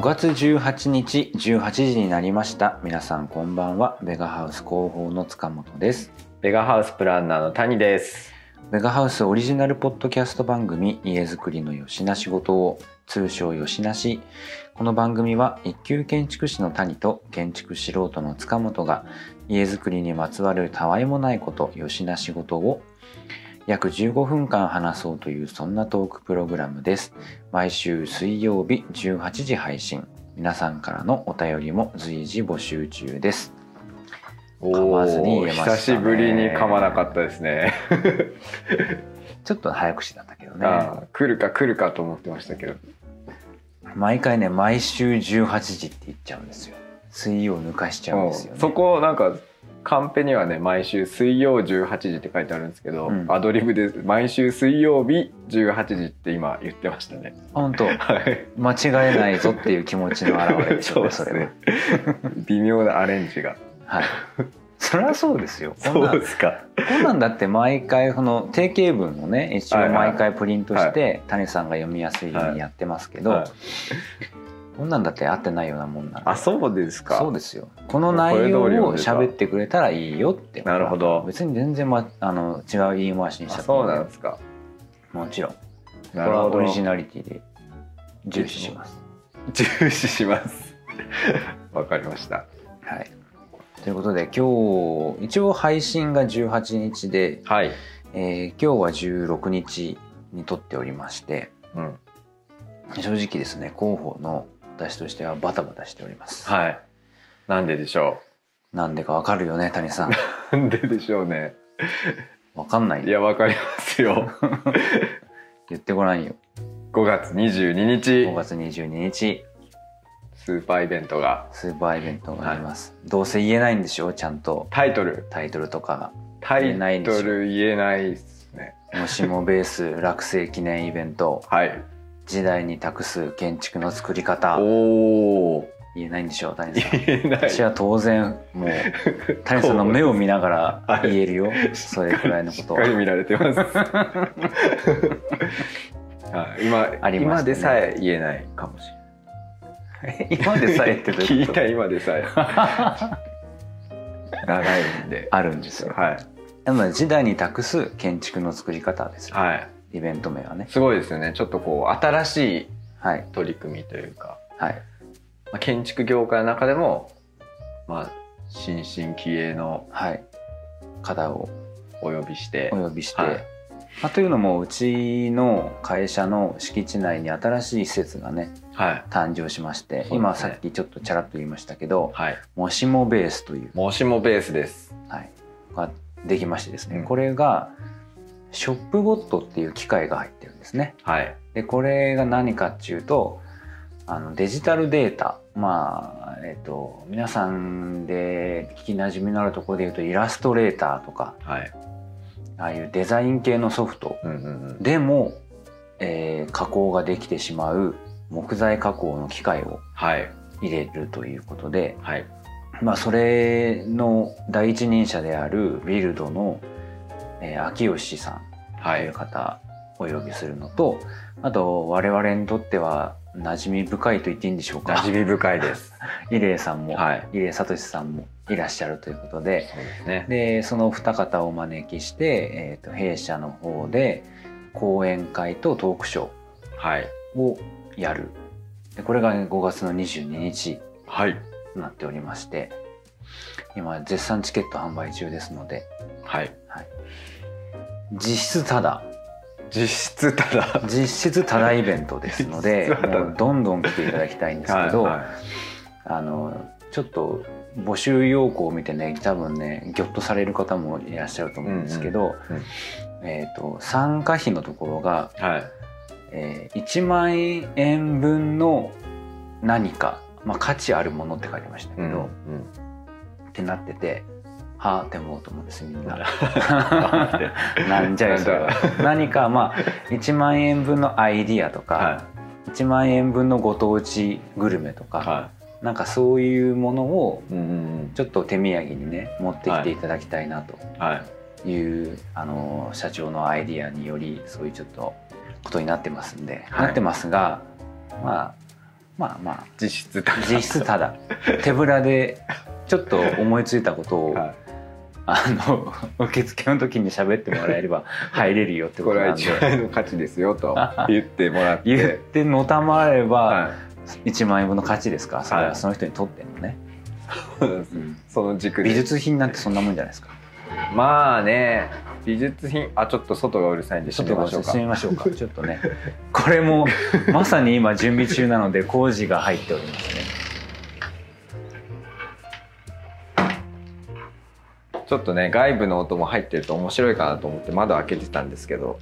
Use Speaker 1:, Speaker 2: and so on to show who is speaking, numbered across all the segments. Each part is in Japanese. Speaker 1: 月18日18時になりました皆さんこんばんはベガハウス広報の塚本です
Speaker 2: ベガハウスプランナーの谷です。
Speaker 1: ベガハウスオリジナルポッドキャスト番組家づくりのよしな仕事を通称よしなしこの番組は一級建築士の谷と建築素人の塚本が家づくりにまつわるたわいもないことよしな仕事を約15分間話そうというそんなトークプログラムです毎週水曜日18時配信皆さんからのお便りも随時募集中です噛まずに言えましたね
Speaker 2: 久しぶりに噛まなかったですね。
Speaker 1: ちょっと早口だったけどね
Speaker 2: ああ来るか来るかと思ってましたけど。
Speaker 1: 毎回ね毎週18時って言っちゃうんですよ水曜抜かしちゃうんですよ
Speaker 2: う
Speaker 1: ね
Speaker 2: んそこなんかカンペにはね毎週水曜18時って書いてあるんですけど、
Speaker 1: うん
Speaker 2: アドリブで毎週水曜日18時って今言ってました ね。
Speaker 1: 本当
Speaker 2: はい。
Speaker 1: 間違えないぞっていう気持ちの表れでしょうねそ
Speaker 2: そう
Speaker 1: れ
Speaker 2: で
Speaker 1: は
Speaker 2: すね。微妙なアレンジが。
Speaker 1: はいそりゃそうですよこんな
Speaker 2: そ
Speaker 1: ん
Speaker 2: うですか。
Speaker 1: こんなんだって毎回この定型文をね一応
Speaker 2: はいはい
Speaker 1: 毎回プリントして谷さんが読みやすいようにやってますけど
Speaker 2: はい
Speaker 1: こんなんだって合ってないようなもんなんで
Speaker 2: あそうですか。
Speaker 1: そうですよこの内容
Speaker 2: これ通り
Speaker 1: を
Speaker 2: 読んでた
Speaker 1: 喋ってくれたらいいよって
Speaker 2: なるほど。
Speaker 1: 別に全然、ま、あの違う言い回しにしちゃ
Speaker 2: あ
Speaker 1: っても
Speaker 2: そうなんですか。
Speaker 1: もちろん
Speaker 2: な
Speaker 1: こ
Speaker 2: る
Speaker 1: れは
Speaker 2: ほど。
Speaker 1: オリジナリティで重視します。
Speaker 2: 重視します。 わかりました。
Speaker 1: はい、ということで今日一応配信が18日で、
Speaker 2: はい。
Speaker 1: えー今日は16日に撮っておりまして
Speaker 2: うん。
Speaker 1: 正直ですね広報の私としてはバタバタしております。
Speaker 2: はい。なんででしょ
Speaker 1: なんでかわかるよね谷さん。
Speaker 2: う。なんででしょうね。
Speaker 1: わかんない
Speaker 2: いや、わかりますよ。
Speaker 1: 言ってごらんよ。
Speaker 2: 5月22
Speaker 1: 5
Speaker 2: 日、
Speaker 1: 月22日
Speaker 2: スーパーイベントが、
Speaker 1: スーパーイベントがあります。どうせ言えないんでしょちゃんと
Speaker 2: タイトル、
Speaker 1: タイトルとか
Speaker 2: タ
Speaker 1: 言えないん
Speaker 2: イ
Speaker 1: です
Speaker 2: ト
Speaker 1: よ
Speaker 2: ル言えないですね。
Speaker 1: もしもベース落成記念イベント
Speaker 2: はい。
Speaker 1: 時代に託す建築の作り方
Speaker 2: おお。
Speaker 1: 言えないんでしょう谷さん
Speaker 2: 言えない。
Speaker 1: 私は当然もう谷さんの目を見ながら言えるよ、それくらいのこ
Speaker 2: しっ
Speaker 1: と
Speaker 2: かり見られて ます。はい、今、
Speaker 1: ありま
Speaker 2: 今
Speaker 1: したね
Speaker 2: でさえ言えないかもしれない。
Speaker 1: 今でさえってどうい
Speaker 2: 聞
Speaker 1: う
Speaker 2: い
Speaker 1: こ
Speaker 2: た今で さえ
Speaker 1: と
Speaker 2: 長いんで。
Speaker 1: あるんですよ
Speaker 2: はい。
Speaker 1: なので時代に託す建築の作り方ですよ
Speaker 2: はい。
Speaker 1: イベント名はね
Speaker 2: すごいですよね。ちょっとこう、新しい
Speaker 1: はい
Speaker 2: 取り組みというか、
Speaker 1: はい
Speaker 2: まあ、建築業界の中でも、まあ、新進気鋭の
Speaker 1: はい方を
Speaker 2: お呼びして
Speaker 1: お、呼びして、
Speaker 2: はい
Speaker 1: まあ、というのもうちの会社の敷地内に新しい施設がね
Speaker 2: はい。
Speaker 1: 誕生しまして、
Speaker 2: すね
Speaker 1: 今さっきちょっとチャラっと言いましたけど
Speaker 2: はい。
Speaker 1: もしもベースという
Speaker 2: もしもベースです。
Speaker 1: はい、ができましてですね、
Speaker 2: うん
Speaker 1: これがショップボットっていう機械が入ってるんですね。
Speaker 2: はい。
Speaker 1: でこれが何かっていうとあのデジタルデータまあえっと皆さんで聞きなじみのあるところで言うとイラストレーターとか
Speaker 2: はい。
Speaker 1: ああいうデザイン系のソフト
Speaker 2: うんうんうん。
Speaker 1: でも、えー加工ができてしまう木材加工の機械を
Speaker 2: はい。
Speaker 1: 入れるということで、
Speaker 2: はい。
Speaker 1: まあ、それの第一人者であるビルドの、えー秋吉さんと
Speaker 2: は
Speaker 1: いう
Speaker 2: い。
Speaker 1: 方お呼びするのと、あと我々にとっては馴染み深いと言っていいんでしょう
Speaker 2: 馴
Speaker 1: か
Speaker 2: 染み深 いです。
Speaker 1: 伊礼さんも、
Speaker 2: はい。
Speaker 1: 伊礼聡さんもいらっしゃるということで
Speaker 2: そうですね。
Speaker 1: でそのお二方をお招きして、えー、と弊社の方で講演会とトークショ
Speaker 2: はい。
Speaker 1: ーをやるでこれが5月の22日
Speaker 2: はい。
Speaker 1: なっておりまして今絶賛チケット販売中ですので
Speaker 2: はい。
Speaker 1: 実質ただ
Speaker 2: 実質ただ。
Speaker 1: 実質ただイベントですので
Speaker 2: 実質ただ
Speaker 1: もうどんどん来ていただきたいんですけど、
Speaker 2: はいはい
Speaker 1: あのちょっと募集要項を見てね多分ねぎょっとされる方もいらっしゃると思うんですけど、
Speaker 2: うんうん
Speaker 1: えー、と参加費のところが、
Speaker 2: はい。
Speaker 1: えー1万円分の何か、まあ、価値あるものって書いてましたけ
Speaker 2: うん
Speaker 1: ど、
Speaker 2: うん
Speaker 1: ってなっててはあって思うと思うんですみんな。なん
Speaker 2: ん
Speaker 1: じゃいそれは
Speaker 2: は。
Speaker 1: 何かまあ1万円分のアイディアとか、
Speaker 2: は
Speaker 1: 1万円分のご当地グルメとか、
Speaker 2: い。は
Speaker 1: なんかそういうものを
Speaker 2: い。うんうん
Speaker 1: ちょっと手土産にね持ってきていただきたいなと
Speaker 2: うん。はい。
Speaker 1: いう、あの社長のアイディアによりそういうちょっとことになってますんで、
Speaker 2: はい
Speaker 1: なってますがまあまあまあ
Speaker 2: 実質高
Speaker 1: 実質ただ手ぶらでちょっと思いついたことを、
Speaker 2: は
Speaker 1: あの 受付の時に喋ってもらえれば入れるよっ
Speaker 2: い、
Speaker 1: てこ
Speaker 2: ことれ
Speaker 1: な
Speaker 2: は
Speaker 1: ん
Speaker 2: 1
Speaker 1: で
Speaker 2: 万円の価値ですよと言ってもらっ、
Speaker 1: 言っててのたまれば
Speaker 2: は
Speaker 1: 1万円分の価値ですからそれ
Speaker 2: は
Speaker 1: はいその人にとってのね、
Speaker 2: い、そうなんですその軸で
Speaker 1: 美術品なんてそんなもんじゃないですか
Speaker 2: まあね美術品あちょっと外がうるさいんで
Speaker 1: ちょ
Speaker 2: 閉
Speaker 1: っ
Speaker 2: め
Speaker 1: と
Speaker 2: ましょうか
Speaker 1: 進めましょうかちょっとねこれもまさに今準備中なので工事が入っておりますね
Speaker 2: ちょっとね外部の音も入ってると面白いかなと思って窓開けてたんですけど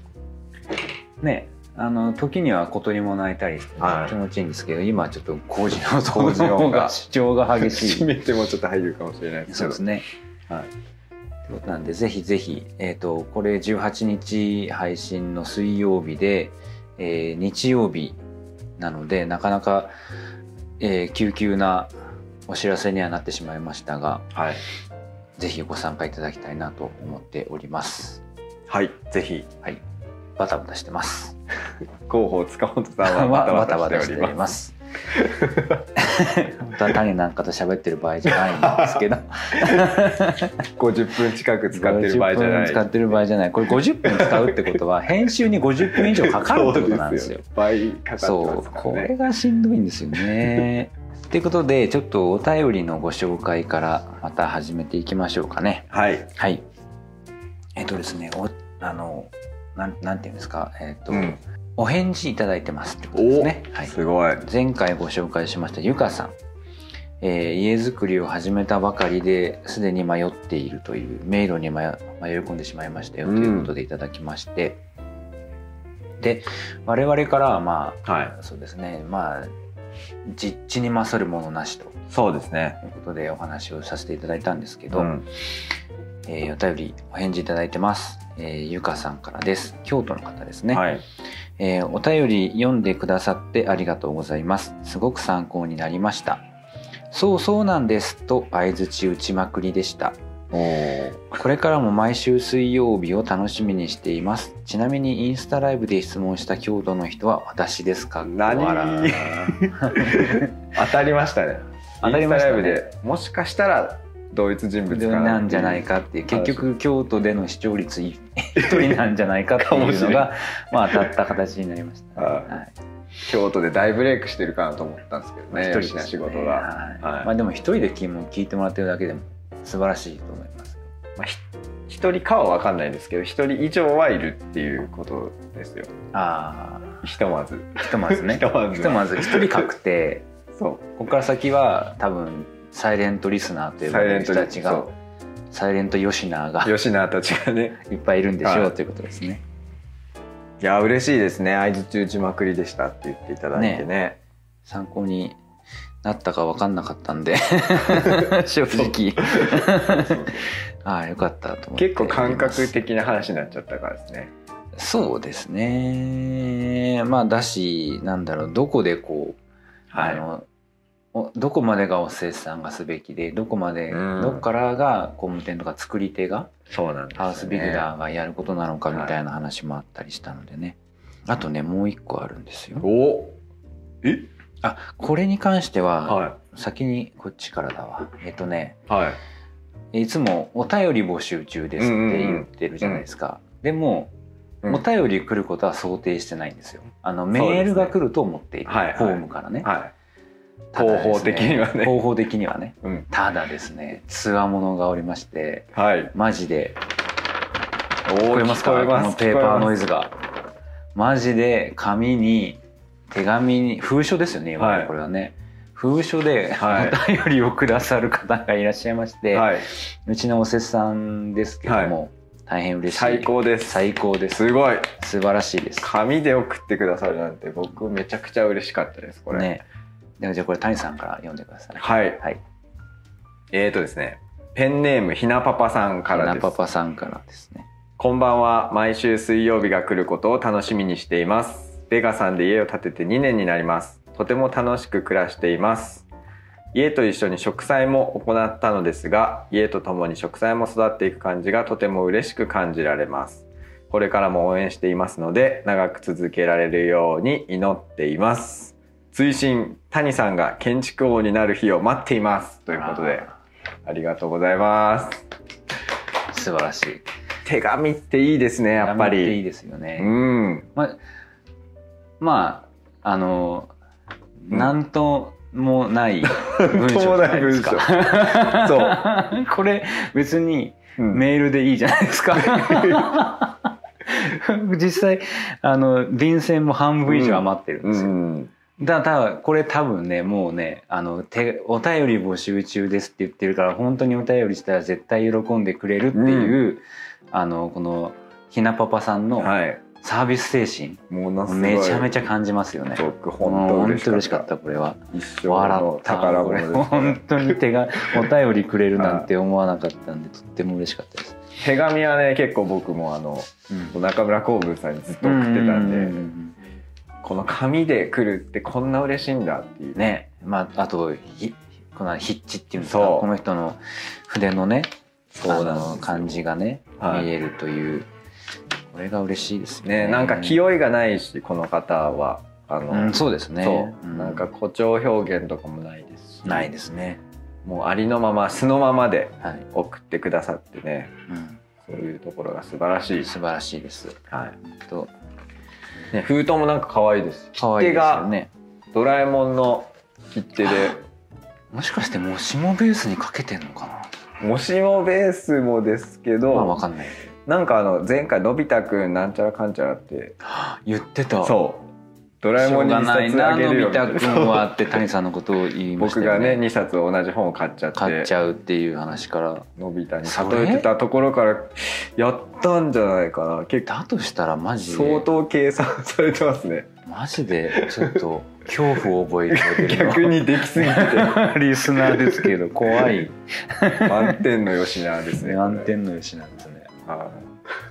Speaker 1: ねあの時には小鳥も鳴いたりしてね、
Speaker 2: はい
Speaker 1: 気持ちいいんですけど今はちょっと工事の
Speaker 2: 工事の
Speaker 1: 方
Speaker 2: 方
Speaker 1: が
Speaker 2: が
Speaker 1: 主張が激し
Speaker 2: 閉
Speaker 1: い
Speaker 2: めてもちょっと入るかもしれないです
Speaker 1: そ
Speaker 2: け
Speaker 1: うで
Speaker 2: ど
Speaker 1: すね
Speaker 2: はい
Speaker 1: ということなんでぜひぜひ、えー、とこれ18日配信の水曜日で、えー日曜日なのでなかなか、えー急急なお知らせにはなってしまいましたが
Speaker 2: はい、
Speaker 1: ぜひご参加いただきたいなと思っております
Speaker 2: はい、ぜひ
Speaker 1: バタバタしてます
Speaker 2: 広報塚本さ
Speaker 1: は
Speaker 2: んはバ
Speaker 1: バ
Speaker 2: タ
Speaker 1: タ
Speaker 2: バ
Speaker 1: バ
Speaker 2: タ
Speaker 1: タ
Speaker 2: し
Speaker 1: して
Speaker 2: て
Speaker 1: お
Speaker 2: お
Speaker 1: り
Speaker 2: り ま
Speaker 1: ますす 本当は種なんかと喋ってる場合じゃないんですけど
Speaker 2: 50分近く使ってる場合じゃな
Speaker 1: 50分
Speaker 2: い
Speaker 1: 使ってる場合じゃないこれ50分使うってこと は編集に50分以上かかるってことなんですよ
Speaker 2: そうですよ倍かかって
Speaker 1: そう
Speaker 2: ますか
Speaker 1: こ
Speaker 2: ら
Speaker 1: れ
Speaker 2: ね
Speaker 1: がしんどいんですよねということでちょっとお便りのご紹介からまた始めていきましょうかね
Speaker 2: はい
Speaker 1: はいえっとですねおあのなんなんていうんですかえっと、
Speaker 2: うん
Speaker 1: お返事いただいてますってことですねはい
Speaker 2: すごい
Speaker 1: 前回ご紹介しましたゆかさん、えー家づくりを始めたばかりですでに迷っているという迷路に迷迷い込んでしまいましたよということでいただきまして、で我々からはま
Speaker 2: はい
Speaker 1: あそうですねまあ実地に勝るものなしとい
Speaker 2: そうですね
Speaker 1: うことでお話をさせていただいたんですけど、
Speaker 2: うん
Speaker 1: えーお便りお返事いただいてます、えーゆかさんからです京都の方ですね、
Speaker 2: はい
Speaker 1: えーお便り読んでくださってありがとうございます。すごく参考になりました。そうそうなんですと相づち打ちまくりでした。
Speaker 2: おー
Speaker 1: これからも毎週水曜日を楽しみにしています。ちなみにインスタライブで質問した京都の人は私ですか
Speaker 2: 何
Speaker 1: 笑
Speaker 2: 当たりましたね
Speaker 1: 当たりましたね
Speaker 2: インスタライブでもしかしたら同一人物
Speaker 1: で
Speaker 2: かな
Speaker 1: なんじゃないかっていう結局京都での視聴率い一人なんじゃないかって
Speaker 2: かも
Speaker 1: いう
Speaker 2: しれ
Speaker 1: の
Speaker 2: な
Speaker 1: が、まあ、当たった形になりました、
Speaker 2: はい
Speaker 1: はい
Speaker 2: 京都で大ブレイクしてるかなと思ったんですけどね
Speaker 1: 一
Speaker 2: 吉
Speaker 1: 人で
Speaker 2: 田
Speaker 1: す
Speaker 2: 仕
Speaker 1: よね
Speaker 2: 事が、
Speaker 1: はい
Speaker 2: はい
Speaker 1: まあでも一人で聞聞いてもらってるだけでも素晴らしいと思います。
Speaker 2: まあ、ひ一人かは分かんないんですけど一人以上はいるっていうことですよ
Speaker 1: あ
Speaker 2: ひとまず
Speaker 1: あ、ひとまずね。
Speaker 2: ひとまず
Speaker 1: ひとまず一人確定。
Speaker 2: そう
Speaker 1: ここから先は多分サイレントリスナーという
Speaker 2: サイレント
Speaker 1: 人たちが
Speaker 2: そ
Speaker 1: サイレントヨシナーが
Speaker 2: う吉永たちがね
Speaker 1: いっぱいいるんでしょ
Speaker 2: は
Speaker 1: う
Speaker 2: い
Speaker 1: ということですね。
Speaker 2: いや嬉しいですね相槌打ちまくりでしたって言っていただいてね
Speaker 1: 参考になったか分かんなかった んで正直
Speaker 2: そう
Speaker 1: ああよかったと思って
Speaker 2: 結構感覚的な話になっちゃったからですね
Speaker 1: そうですねまあだしなんだろうどこでこうあのおどこまでがお生産がすべきでどこまで、
Speaker 2: うん
Speaker 1: どこからが工務店とか作り手が
Speaker 2: そうなんです、ね、
Speaker 1: ハウスビルダーがやることなのかみたいな話もあったりしたのでね、あとねもう一個あるんですよ
Speaker 2: おえ
Speaker 1: あこれに関しては
Speaker 2: は
Speaker 1: 先にこっちからだわえっとね
Speaker 2: いはい
Speaker 1: いつも「お便り募集中です」って言ってるじゃないですか、でも、
Speaker 2: うん
Speaker 1: お便り来ることは想定してないんですよあのメ
Speaker 2: そうですね
Speaker 1: ールが来ると思っている、
Speaker 2: はいはい
Speaker 1: フォームからね、
Speaker 2: はい
Speaker 1: ただですね
Speaker 2: 方法的にはね
Speaker 1: 方法的にはね
Speaker 2: うん
Speaker 1: ただですね、つわものがおりまして、
Speaker 2: はい
Speaker 1: マジで、
Speaker 2: お
Speaker 1: 聞こえますか
Speaker 2: 聞こえま
Speaker 1: こ
Speaker 2: す
Speaker 1: のペーパーノイ
Speaker 2: ズ
Speaker 1: ズが。マジで紙に、手紙に、封書ですよね、いわゆ
Speaker 2: は
Speaker 1: る
Speaker 2: い
Speaker 1: これはね。封書で
Speaker 2: はい
Speaker 1: お便りをくださる方がいらっしゃいまして、
Speaker 2: はいう
Speaker 1: ちのおせっさんですけども、大変嬉しい。
Speaker 2: 最高です
Speaker 1: 最高です。
Speaker 2: すごい
Speaker 1: 素晴らしいです。
Speaker 2: 紙で送ってくださるなんて僕めちゃくちゃ嬉しかったですこれ、
Speaker 1: ね。ではじゃあこれ谷さんから読んでください。
Speaker 2: はい
Speaker 1: はい。
Speaker 2: えーとですねペンネームひなパパさんか
Speaker 1: か
Speaker 2: ら
Speaker 1: な
Speaker 2: です
Speaker 1: パパさんからですね。
Speaker 2: こんばんは。毎週水曜日が来ることを楽しみにしています。ベガさんで家を建てて2年になります。とても楽しく暮らしています。家と一緒に植栽も行ったのですが、家と共に植栽も育っていく感じがとても嬉しく感じられます。これからも応援していますので、長く続けられるように祈っています。追伸谷さんが建築王になる日を待っていますということでありがとうございます
Speaker 1: 素晴らしい
Speaker 2: 手紙っていいですねやっぱ
Speaker 1: やめていい
Speaker 2: り
Speaker 1: ですよね、
Speaker 2: うん
Speaker 1: まあまああの
Speaker 2: うん
Speaker 1: なんともない文章じゃないですか
Speaker 2: とも な
Speaker 1: これ別に
Speaker 2: うん
Speaker 1: メールでいいじゃないですか 実際あの便箋も半分以上余ってるん
Speaker 2: う
Speaker 1: ですよ、
Speaker 2: ん
Speaker 1: だただこれ多分ねもうねあの手お便り募集中ですって言ってるから本当にお便りしたら絶対喜んでくれるっていう、あのこのひなパパさんの
Speaker 2: はい
Speaker 1: サービス精
Speaker 2: ものす
Speaker 1: 神
Speaker 2: ごい
Speaker 1: めちゃめちゃ感じますよね。
Speaker 2: 僕
Speaker 1: この本
Speaker 2: 本当
Speaker 1: 当
Speaker 2: 嬉
Speaker 1: 嬉
Speaker 2: し
Speaker 1: し
Speaker 2: か
Speaker 1: か
Speaker 2: っ
Speaker 1: ったたこれは
Speaker 2: 一生
Speaker 1: 笑
Speaker 2: の
Speaker 1: った
Speaker 2: 宝
Speaker 1: こ
Speaker 2: 物
Speaker 1: れ
Speaker 2: ですね
Speaker 1: 本当に手がお便りくれるなんて思わなかったんでとっても嬉しかったです。
Speaker 2: 手紙はね結構僕もあの中村光文さんにずっと送ってたんで
Speaker 1: うんうんうん
Speaker 2: この紙で来るってこんな嬉しいんだっていう
Speaker 1: ねまああとひこの筆致っていうんですか
Speaker 2: そう
Speaker 1: この人の筆のね
Speaker 2: そうなんです
Speaker 1: あ
Speaker 2: よ
Speaker 1: の感じがね、
Speaker 2: はい
Speaker 1: 見えるというこれが嬉しいですね
Speaker 2: ねなんか気
Speaker 1: を
Speaker 2: 負いがないしこの方はあの、
Speaker 1: うん、そうですね
Speaker 2: そう、
Speaker 1: ん
Speaker 2: なんか誇張表現とかもないですし
Speaker 1: ないですね
Speaker 2: もうありのまま素のままで
Speaker 1: はい、
Speaker 2: 送ってくださってね
Speaker 1: う
Speaker 2: そういうところが素晴らしい
Speaker 1: ん、、素晴らしいです
Speaker 2: は
Speaker 1: と
Speaker 2: いね、封筒もなんか可愛いです
Speaker 1: 可愛い
Speaker 2: 切手
Speaker 1: ですよ
Speaker 2: が
Speaker 1: ね
Speaker 2: ドラえもんの切手 で
Speaker 1: もしかしてもう下ベースにかけてんのかな
Speaker 2: もしもベースもですけど、
Speaker 1: まあわかんない
Speaker 2: なんかあの前回のび太くんなんちゃらかんちゃらって
Speaker 1: 言ってたう
Speaker 2: そうドラえもんに2冊あげるよみたい
Speaker 1: のび太くんはって谷さんのことを言いました
Speaker 2: 僕
Speaker 1: よ
Speaker 2: がね
Speaker 1: ね
Speaker 2: 2冊同じ本を買っちゃって
Speaker 1: 買っちゃうっていう話から
Speaker 2: のび太
Speaker 1: そ
Speaker 2: に
Speaker 1: れ
Speaker 2: 例えてたところからやったんじゃないかな結構
Speaker 1: だとしたらマジで
Speaker 2: 相当計算されてます ね
Speaker 1: マジでちょっと恐怖を覚えてる
Speaker 2: 逆にできすぎて
Speaker 1: リスナーですけど怖い
Speaker 2: 満点の吉永ですね
Speaker 1: 満点の吉なんですね
Speaker 2: は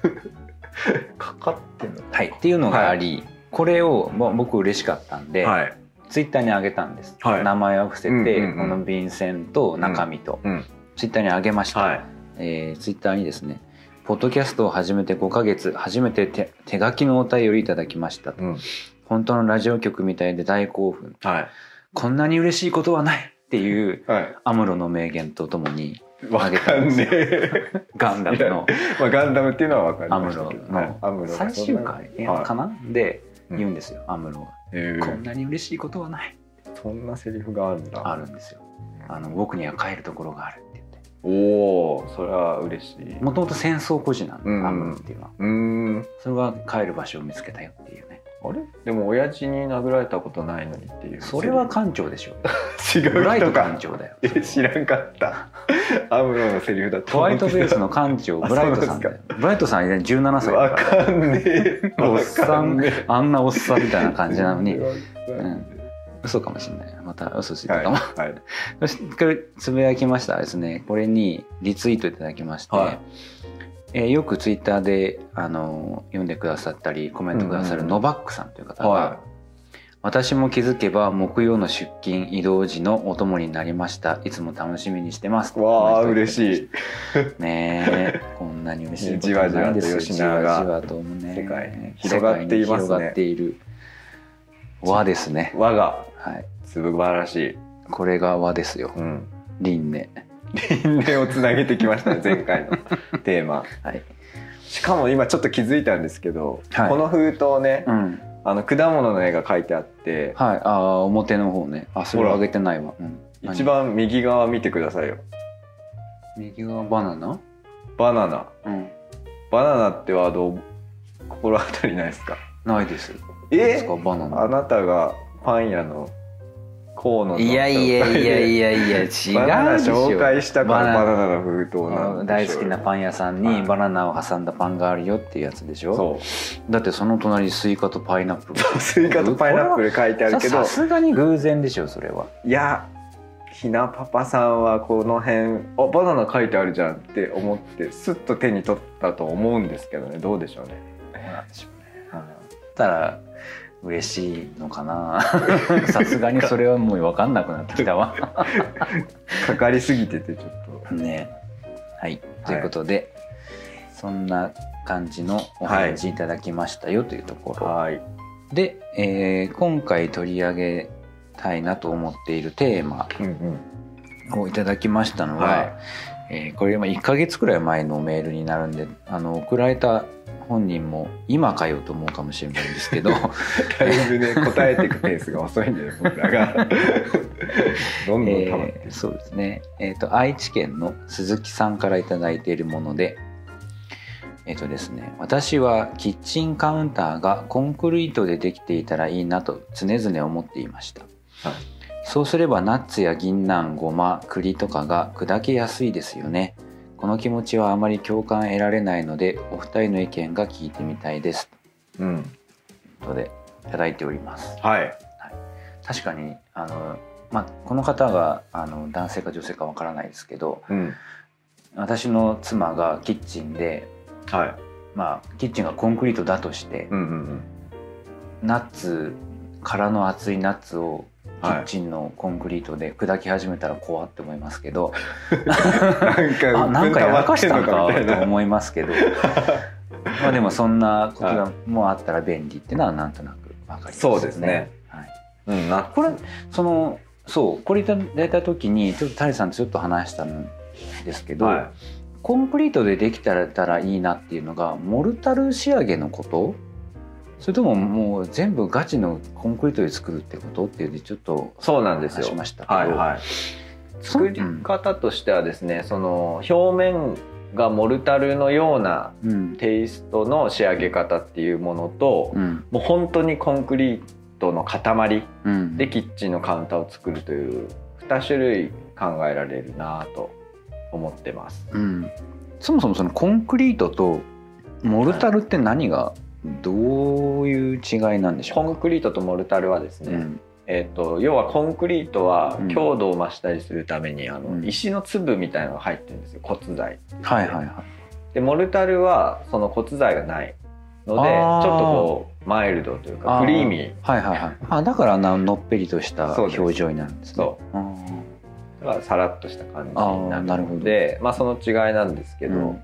Speaker 2: い かかってんの
Speaker 1: はいっていうのがあり、これを、まあ、僕嬉しかったんで、
Speaker 2: はい
Speaker 1: ツイッターにあげたんです、
Speaker 2: はい
Speaker 1: 名前を伏せて、
Speaker 2: うんうんうん
Speaker 1: この便箋と中身と、
Speaker 2: うん
Speaker 1: ツイッターにあげました、
Speaker 2: はい
Speaker 1: えーツイッターにですね「ポッドキャストを始めて5ヶ月初めて手手書きのお便りいただきました」
Speaker 2: うん
Speaker 1: 本当のラジオ局みたいで大興奮
Speaker 2: はい
Speaker 1: こんなに嬉しいことはない!」っていう
Speaker 2: はい
Speaker 1: アムロの名言とともに
Speaker 2: わかんねえ
Speaker 1: ガンダムの
Speaker 2: まあガンダムっていうのはわかり
Speaker 1: ア
Speaker 2: ま
Speaker 1: ム
Speaker 2: した
Speaker 1: ロ
Speaker 2: けどはいアム
Speaker 1: の
Speaker 2: ロが
Speaker 1: 最終
Speaker 2: そんな
Speaker 1: 回かな、で
Speaker 2: うん
Speaker 1: 言うんですよ、アムロ
Speaker 2: えー
Speaker 1: が、こんなに嬉しいことはない
Speaker 2: そんなセリフがあるんだ
Speaker 1: あるんですよあの僕には帰るところがあるって言って
Speaker 2: おおそれは嬉しい
Speaker 1: もともと戦争孤児なんで、
Speaker 2: うん
Speaker 1: アムロっていうのは
Speaker 2: うーん
Speaker 1: それは帰る場所を見つけたよっていうね
Speaker 2: あれでも親父に殴られたことないのにっていう
Speaker 1: それは館長でしょ
Speaker 2: 違
Speaker 1: ブラ
Speaker 2: う
Speaker 1: イト
Speaker 2: 人
Speaker 1: 館
Speaker 2: か
Speaker 1: 長だよ
Speaker 2: え知らんかったアムロのセリフだと
Speaker 1: ホワ
Speaker 2: 思っ
Speaker 1: イ
Speaker 2: てた
Speaker 1: トベースの館長
Speaker 2: あ
Speaker 1: ブライトさんだよブライトさんはね17歳だ
Speaker 2: わ
Speaker 1: から
Speaker 2: かんねえ
Speaker 1: おっさん
Speaker 2: わかねえ
Speaker 1: あんなおっさんみたいな感じなのに
Speaker 2: わか
Speaker 1: うん
Speaker 2: んね
Speaker 1: 嘘かもしれないまた嘘つい
Speaker 2: え
Speaker 1: た
Speaker 2: はい
Speaker 1: かも、
Speaker 2: はい
Speaker 1: そしてこれつぶやきましたですねこれにリツイートいただきまして、
Speaker 2: はい
Speaker 1: えーよくツイッターであの読んでくださったりコメントくださる
Speaker 2: うんうん
Speaker 1: ノバックさんという方が、
Speaker 2: は
Speaker 1: 私も気づけば木曜の出勤移動時のお供になりましたいつも楽しみにしてます
Speaker 2: いわあ嬉しい
Speaker 1: ね えこんなに嬉しいことはないですよ
Speaker 2: じわじわと吉永が
Speaker 1: じわじわともね
Speaker 2: 世界に広がっていますね
Speaker 1: 世界に広がっている和ですね
Speaker 2: 我が
Speaker 1: はい
Speaker 2: 素晴らしい
Speaker 1: これが和ですよ
Speaker 2: うん
Speaker 1: 輪廻
Speaker 2: 因縁をつなげてきましたね前回のテーマ
Speaker 1: はい、
Speaker 2: しかも今ちょっと気づいたんですけど、
Speaker 1: はい
Speaker 2: この封筒ね、
Speaker 1: うん、
Speaker 2: あの果物の絵が書いてあって、
Speaker 1: はいああ表の方ねあそれ
Speaker 2: ほら
Speaker 1: 上げてないわ、うん、何
Speaker 2: 一番右側見てくださいよ
Speaker 1: 右側バナナ
Speaker 2: バナナ
Speaker 1: うん
Speaker 2: バナナってワード心当たりないですか
Speaker 1: ないです何です
Speaker 2: え
Speaker 1: かバナ
Speaker 2: あ
Speaker 1: ナ
Speaker 2: なたがパン屋の河野の
Speaker 1: いやいやいやいやいや違うでしょ
Speaker 2: バナナ紹介したか
Speaker 1: バ
Speaker 2: らバ
Speaker 1: ナ
Speaker 2: ナナの封筒なんで
Speaker 1: 大
Speaker 2: しょ
Speaker 1: 好
Speaker 2: う
Speaker 1: きなパン屋さん
Speaker 2: はい
Speaker 1: にバナナを挟んだパンがあるよっていうやつでしょ
Speaker 2: そう
Speaker 1: だってその隣にスイカとパイナップル
Speaker 2: そうスイカとパイナップル書いてあるけど
Speaker 1: さすがに偶然でしょそれはい
Speaker 2: やひなパパさんはこの辺あバナナ書いてあるじゃんって思ってスッと手に取ったと思うんですけどねどうでしょうね
Speaker 1: たら嬉しいのか なさすがにそれはもう分かんなくなってきたわ
Speaker 2: かかりすぎててちょっと
Speaker 1: ねはいということで、そんな感じのお話いただきましたよというところ、
Speaker 2: はい
Speaker 1: で、えー今回取り上げたいなと思っているテーマ
Speaker 2: うんうん
Speaker 1: をいただきましたのは、
Speaker 2: は
Speaker 1: えーこれ今1ヶ月くらい前のメールになるんであの送られた本人も今かよと思うかもしれないんですけど
Speaker 2: い、だいぶね答えていくペースが遅いんだよ僕らがどんどん溜まって、
Speaker 1: えーそうですね、えー、と愛知県の鈴木さんから頂いいているものでえっ、とですね私はキッチンカウンターがコンクリートでできていたらいいなと常々思っていました、
Speaker 2: はい
Speaker 1: そうすればナッツや銀杏ごま栗とかが砕けやすいですよねこの気持ちはあまり共感得られないのでお二人の意見が聞いてみたいです
Speaker 2: うん
Speaker 1: ということでいただいております
Speaker 2: はい
Speaker 1: 確かにあの、まあ、この方があの男性か女性かわからないですけど
Speaker 2: うん
Speaker 1: 私の妻がキッチンで、
Speaker 2: はい
Speaker 1: まあ、キッチンがコンクリートだとして、
Speaker 2: うんうん
Speaker 1: ナッツからの厚いナッツをキ
Speaker 2: はい
Speaker 1: ッチンのコンクリートで砕き始めたら怖って思いますけ ど、
Speaker 2: うんなんか
Speaker 1: あなんかやらかしたのか
Speaker 2: みたい
Speaker 1: と
Speaker 2: な
Speaker 1: 思います けどまあでもそんなことがもうあったら便利っていうのはなんとなくわかります
Speaker 2: そうですね。
Speaker 1: はい
Speaker 2: うんな
Speaker 1: これそのそうこれいただいた時にちょっとタリさんとちょっと話したんですけど、
Speaker 2: は
Speaker 1: コンクリートでできたらいいなっていうのがモルタル仕上げのことそれとももう全部ガチのコンクリートで作るってことっていうでちょっと
Speaker 2: い、そうなんです
Speaker 1: 話
Speaker 2: よ
Speaker 1: しましたけど、
Speaker 2: はいはい
Speaker 1: そ
Speaker 2: 作り方としてはですねその表面がモルタルのような
Speaker 1: うん
Speaker 2: テイストの仕上げ方っていうものと、
Speaker 1: うん
Speaker 2: もう本当にコンクリートの塊
Speaker 1: うん、
Speaker 2: でキッチンのカウンターを作るという2種類考えられるなぁと思ってます。
Speaker 1: うん、そもそもそのコンクリートとモルタルって何がどういう違いなんでしょ
Speaker 2: コ
Speaker 1: うか
Speaker 2: ンクリートとモルタルはですね、
Speaker 1: うん
Speaker 2: えっと要はコンクリートは
Speaker 1: うん
Speaker 2: 強度を増したりするために、あ
Speaker 1: う
Speaker 2: の
Speaker 1: ん
Speaker 2: 石の粒みたいなのが入ってるんですよ骨材。
Speaker 1: はいはいはい
Speaker 2: でモルタルはその骨材がないのでち
Speaker 1: あー
Speaker 2: ょっとこうマイルドというか
Speaker 1: あー
Speaker 2: クリーミー
Speaker 1: はいはいはい。あだからあんなのっぺりとした
Speaker 2: そうです
Speaker 1: 表情になるんですね。
Speaker 2: そ
Speaker 1: あ
Speaker 2: だからさらっとした感じにな
Speaker 1: あー
Speaker 2: る
Speaker 1: なるほ
Speaker 2: の
Speaker 1: ど
Speaker 2: でまあその違いなんですけ
Speaker 1: ー
Speaker 2: ど、
Speaker 1: うん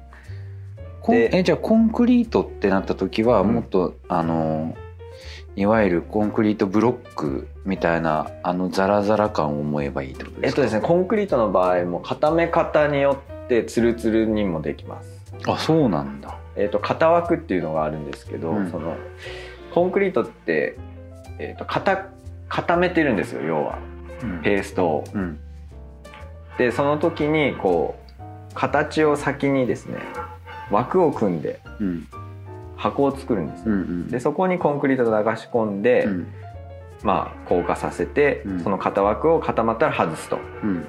Speaker 1: こん
Speaker 2: で
Speaker 1: えじゃあコンクリートってなった時は
Speaker 2: うん
Speaker 1: もっと、あのいわゆるコンクリートブロックみたいなあのザラザラ感を思えばいいってことで
Speaker 2: えっ
Speaker 1: すか。
Speaker 2: とですねコンクリートの場合も固め方によってツルツルにもできます。
Speaker 1: あそうなんだ。
Speaker 2: えっと型枠っていうのがあるんですけど、
Speaker 1: うん
Speaker 2: そのコンクリートって、えっと固固めてるんですよ要は
Speaker 1: うん
Speaker 2: ペーストを。
Speaker 1: うん
Speaker 2: でその時にこう形を先にですね枠を組んで
Speaker 1: うん
Speaker 2: 箱を作るんです
Speaker 1: うんうん。
Speaker 2: でそこにコンクリートを流し込んで、
Speaker 1: うん
Speaker 2: まあ硬化させて、
Speaker 1: うん
Speaker 2: その型枠を固まったら外すと
Speaker 1: うん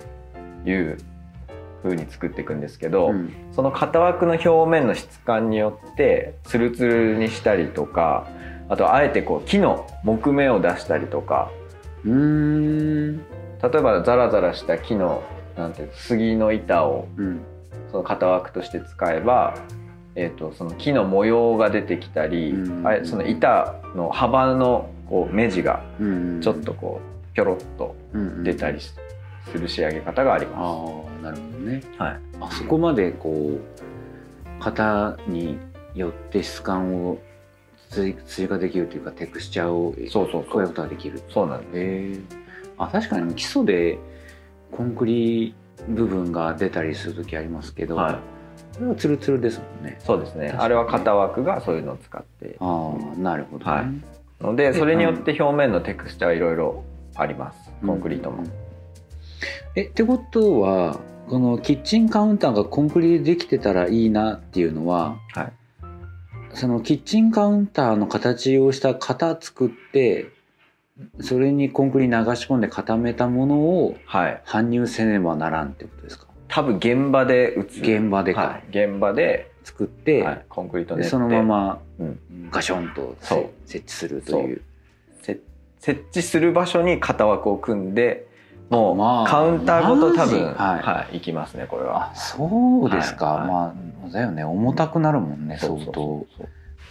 Speaker 2: いう風に作っていくんですけど、
Speaker 1: うん
Speaker 2: その型枠の表面の質感によってツルツルにしたりとかあとあえてこう木の木目を出したりとか
Speaker 1: うーん
Speaker 2: 例えばザラザラした木のなんていうの杉の板を
Speaker 1: うん
Speaker 2: その型枠として使えば、えー、とその木の模様が出てきたり、
Speaker 1: うん
Speaker 2: あれその板の幅のこう目地が
Speaker 1: うん
Speaker 2: ちょっとこうぴょろっと出た
Speaker 1: り。
Speaker 2: りしする仕上げ方があり
Speaker 1: あ
Speaker 2: ま
Speaker 1: あなるほどね。
Speaker 2: す。はい、
Speaker 1: あそこまでこう型によって質感を追追加できるというかテクスチャーを
Speaker 2: そうそう
Speaker 1: 加
Speaker 2: そ
Speaker 1: える
Speaker 2: う
Speaker 1: ことができる。
Speaker 2: そうなんです
Speaker 1: へえあ確かに基礎でコンクリ部分が出たりする時ありますけど、
Speaker 2: はい、
Speaker 1: これはツルツルですもんね。
Speaker 2: そうですね
Speaker 1: 確かに
Speaker 2: あれは型枠がそういうのを使って
Speaker 1: ああなるほど、ね。
Speaker 2: はい
Speaker 1: うん
Speaker 2: ので
Speaker 1: で
Speaker 2: それによって表面のテクスチャーいろいろありますコンクリートも、。
Speaker 1: えってことはこのキッチンカウンターがコンクリでできてたらいいなっていうのは
Speaker 2: はい、
Speaker 1: そのキッチンカウンターの形をした型作ってそれにコンクリ流し込んで固めたものを
Speaker 2: はい、
Speaker 1: 搬入せねばならんってことですか
Speaker 2: 多分現場で打つ
Speaker 1: 現場でか、
Speaker 2: はい、現場で、
Speaker 1: 作って、
Speaker 2: はい、コンクリート
Speaker 1: で
Speaker 2: 練って
Speaker 1: そのまま
Speaker 2: うん
Speaker 1: ガションとせ、
Speaker 2: そう
Speaker 1: 設置するという
Speaker 2: せ設置する場所に型枠を組んでもう、
Speaker 1: まあ
Speaker 2: カウンターごと多分
Speaker 1: マジは
Speaker 2: はいい、い、きますねこれは
Speaker 1: あそうですか、
Speaker 2: はい
Speaker 1: まあだよね重たくなるもんね
Speaker 2: そう
Speaker 1: 相
Speaker 2: そう
Speaker 1: 当
Speaker 2: そうそう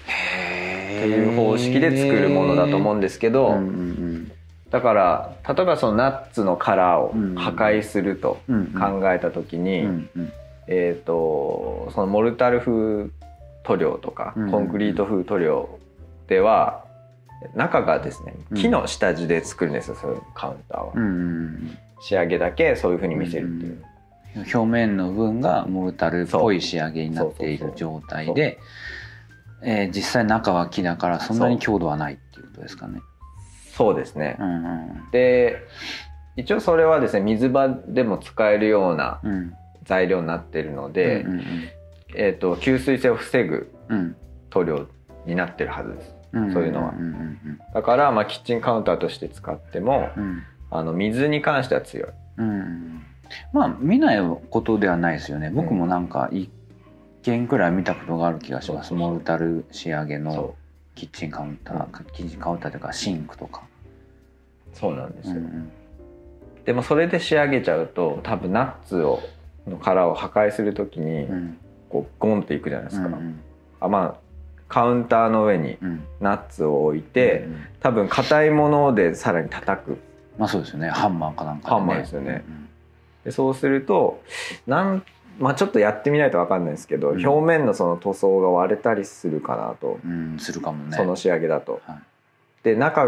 Speaker 1: へ
Speaker 2: っていう方式で作るものだと思うんですけど、
Speaker 1: うんうん
Speaker 2: だから例えばそのナッツのカラーを破壊すると
Speaker 1: うんうん
Speaker 2: 考えた時
Speaker 1: う
Speaker 2: に、
Speaker 1: んうん
Speaker 2: えー、とそのモルタル風塗料とか
Speaker 1: うん
Speaker 2: コンクリート風塗料では、中がですね
Speaker 1: うん
Speaker 2: 木の下地で作るんですよ、そういうカウンターは、
Speaker 1: うんうん
Speaker 2: 仕上げだけそういう風に見せるっていう、
Speaker 1: うん、表面の部分がモルタルっぽい仕上げになってい
Speaker 2: そう
Speaker 1: る
Speaker 2: そう
Speaker 1: 状態で、えー実際中は木だからそんなに強度はないっていうことですかね。
Speaker 2: そうですね、
Speaker 1: うん
Speaker 2: で一応それはですね水場でも使えるような
Speaker 1: うんうん
Speaker 2: 材料になっているので、
Speaker 1: うん
Speaker 2: えー、と吸水性を防ぐ
Speaker 1: うん
Speaker 2: 塗料になってるはずです
Speaker 1: うんん
Speaker 2: そういうのは
Speaker 1: んうん
Speaker 2: だから、まあ、キッチンカウンターとして使っても、
Speaker 1: うんうん
Speaker 2: あの水に関しては強い
Speaker 1: うんまあ見ないことではないですよね僕もなんか一件くらい見たことがある気がします、
Speaker 2: そうそうそう
Speaker 1: モルタル仕上げの
Speaker 2: そ
Speaker 1: キッチンカウンター、キッチンカウンターというかシンクとか、
Speaker 2: うそうなんです
Speaker 1: うんう
Speaker 2: よ、
Speaker 1: ん
Speaker 2: でもそれで仕上げちゃうと多分ナッツをの殻を破壊するときに
Speaker 1: うん
Speaker 2: こうゴンっていくじゃないですか、
Speaker 1: うん
Speaker 2: あまあカウンターの上に
Speaker 1: うん
Speaker 2: ナッツを置いて、
Speaker 1: うんうん
Speaker 2: 多分硬いものでさらに叩く
Speaker 1: まあそうですよねハンマーかなんかね
Speaker 2: ハンマーですよね
Speaker 1: うん
Speaker 2: でそうするとなん、まあ、ちょっとやってみないと分かんないですけど、
Speaker 1: うん
Speaker 2: 表面のその塗装が割れたりするかなと、
Speaker 1: うん、うんするかもね
Speaker 2: その仕上げだと。
Speaker 1: は
Speaker 2: で中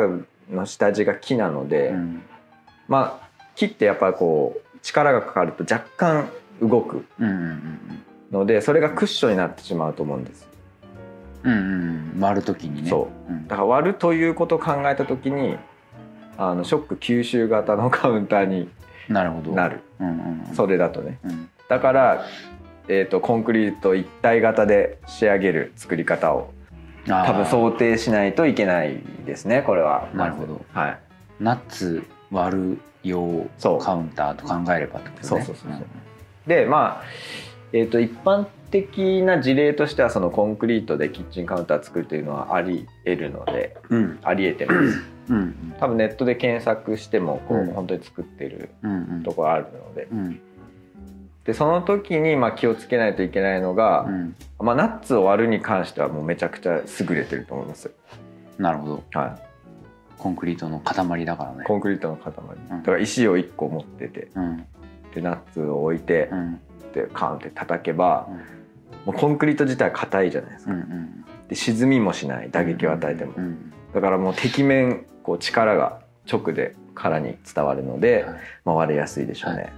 Speaker 2: の下地が木なので、
Speaker 1: いうん
Speaker 2: まあ木ってやっぱりこう力がかかると若干動く
Speaker 1: うんうん
Speaker 2: のでそれがクッションになってしまうと思うんです。
Speaker 1: うんうんうんうん割る時にね、
Speaker 2: そう
Speaker 1: ん
Speaker 2: だ、から割るということを考えた時にあのショック吸収型のカウンターに
Speaker 1: なるほど
Speaker 2: なる
Speaker 1: うんうんうん
Speaker 2: それだとね
Speaker 1: うん
Speaker 2: だから、えー、とコンクリート一体型で仕上げる作り方を
Speaker 1: あー
Speaker 2: 多分想定しないといけないですねこれは
Speaker 1: なるほど
Speaker 2: はい
Speaker 1: ナッツ割る用
Speaker 2: そう
Speaker 1: カウンターと考えればってことね
Speaker 2: そうそうそうそうでまあ、えー、と一般的な事例としてはそのコンクリートでキッチンカウンター作るというのはあり得るので
Speaker 1: うん
Speaker 2: あり得てます
Speaker 1: うん
Speaker 2: 多分ネットで検索してもこう、
Speaker 1: うん
Speaker 2: 本当に作ってる
Speaker 1: うんうん
Speaker 2: ところあるので
Speaker 1: うん
Speaker 2: でその時にまあ気をつけないといけないのが、
Speaker 1: うん
Speaker 2: まあ、ナッツを割るに関してはもうめちゃくちゃ優れてると思います、
Speaker 1: なるほど
Speaker 2: は
Speaker 1: コンクリートの塊だからね
Speaker 2: い、コンクリートの塊、
Speaker 1: ん
Speaker 2: だから石を1個持ってて
Speaker 1: うん
Speaker 2: でナッツを置いて
Speaker 1: う、ん
Speaker 2: でカーンって叩けば
Speaker 1: う、
Speaker 2: もうコンクリート自体硬いじゃないです
Speaker 1: う
Speaker 2: か、
Speaker 1: んうん
Speaker 2: で沈みもしない打撃を与えても、
Speaker 1: うん
Speaker 2: だからもう敵面こう力が直で殻に伝わるので、
Speaker 1: はい
Speaker 2: まあ、割れやすいでしょうね、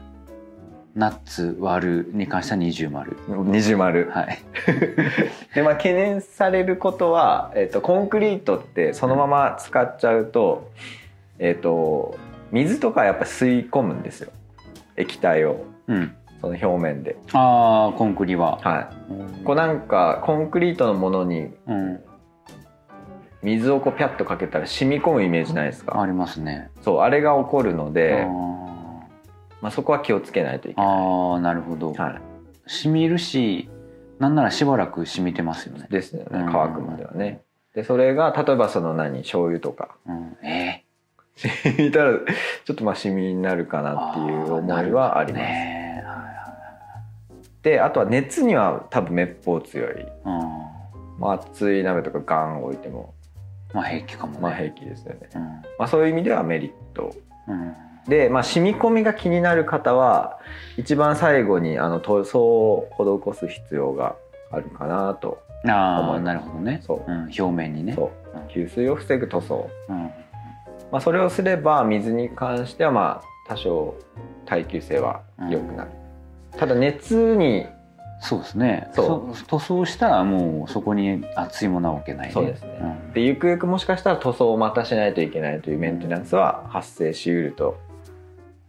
Speaker 1: ナッツ割るに関しては二重丸
Speaker 2: 二重丸
Speaker 1: はい
Speaker 2: でまあ懸念されることは、えっとコンクリートってそのまま使っちゃうと,、えっと水とかやっぱ吸い込むんですよ液体を
Speaker 1: うん
Speaker 2: その表面で、
Speaker 1: ああコンクリは
Speaker 2: はい、こうなんかコンクリートのものに
Speaker 1: うん
Speaker 2: 水をこうピャッとかけたら染み込むイメージないです
Speaker 1: あ
Speaker 2: か
Speaker 1: りますね
Speaker 2: そうあれが起こるの
Speaker 1: あ
Speaker 2: で、
Speaker 1: ー
Speaker 2: まあ、そこは気をつけないといけない、
Speaker 1: あーなるほど
Speaker 2: は
Speaker 1: 染みるしなんならしばらく染みてますよね
Speaker 2: い、ですよね
Speaker 1: うん
Speaker 2: 乾くまではねでそれが例えばその何醤油 とか
Speaker 1: うんえ
Speaker 2: 染みたらちょっとまあ染みになるか
Speaker 1: え
Speaker 2: なっていう思いはあります
Speaker 1: ねえは
Speaker 2: であとは熱には多分滅法強い、
Speaker 1: いはいうん
Speaker 2: まあ、熱い鍋とかガン置いても
Speaker 1: まあ平気かもね。
Speaker 2: まあ平気ですよね、
Speaker 1: うん
Speaker 2: まあ、そういう意味ではメリット
Speaker 1: うん
Speaker 2: で、まあ、染み込みが気になる方は一番最後にあの塗装を施す必要があるかなと
Speaker 1: あ
Speaker 2: 思
Speaker 1: あ
Speaker 2: います
Speaker 1: なるほどね。
Speaker 2: そう
Speaker 1: うん、表面にね。
Speaker 2: そう
Speaker 1: うん
Speaker 2: 吸水を防ぐ塗装、
Speaker 1: うん
Speaker 2: まあ、それをすれば水に関してはまあ多少耐久性は良くなる、ただ熱に
Speaker 1: そうですね。
Speaker 2: そ
Speaker 1: そ塗装したらもうそこに熱いものは置けないね。
Speaker 2: そうですね
Speaker 1: ん
Speaker 2: でゆくゆくもしかしたら塗装をまたしないといけないというメンテナンスは発生しうると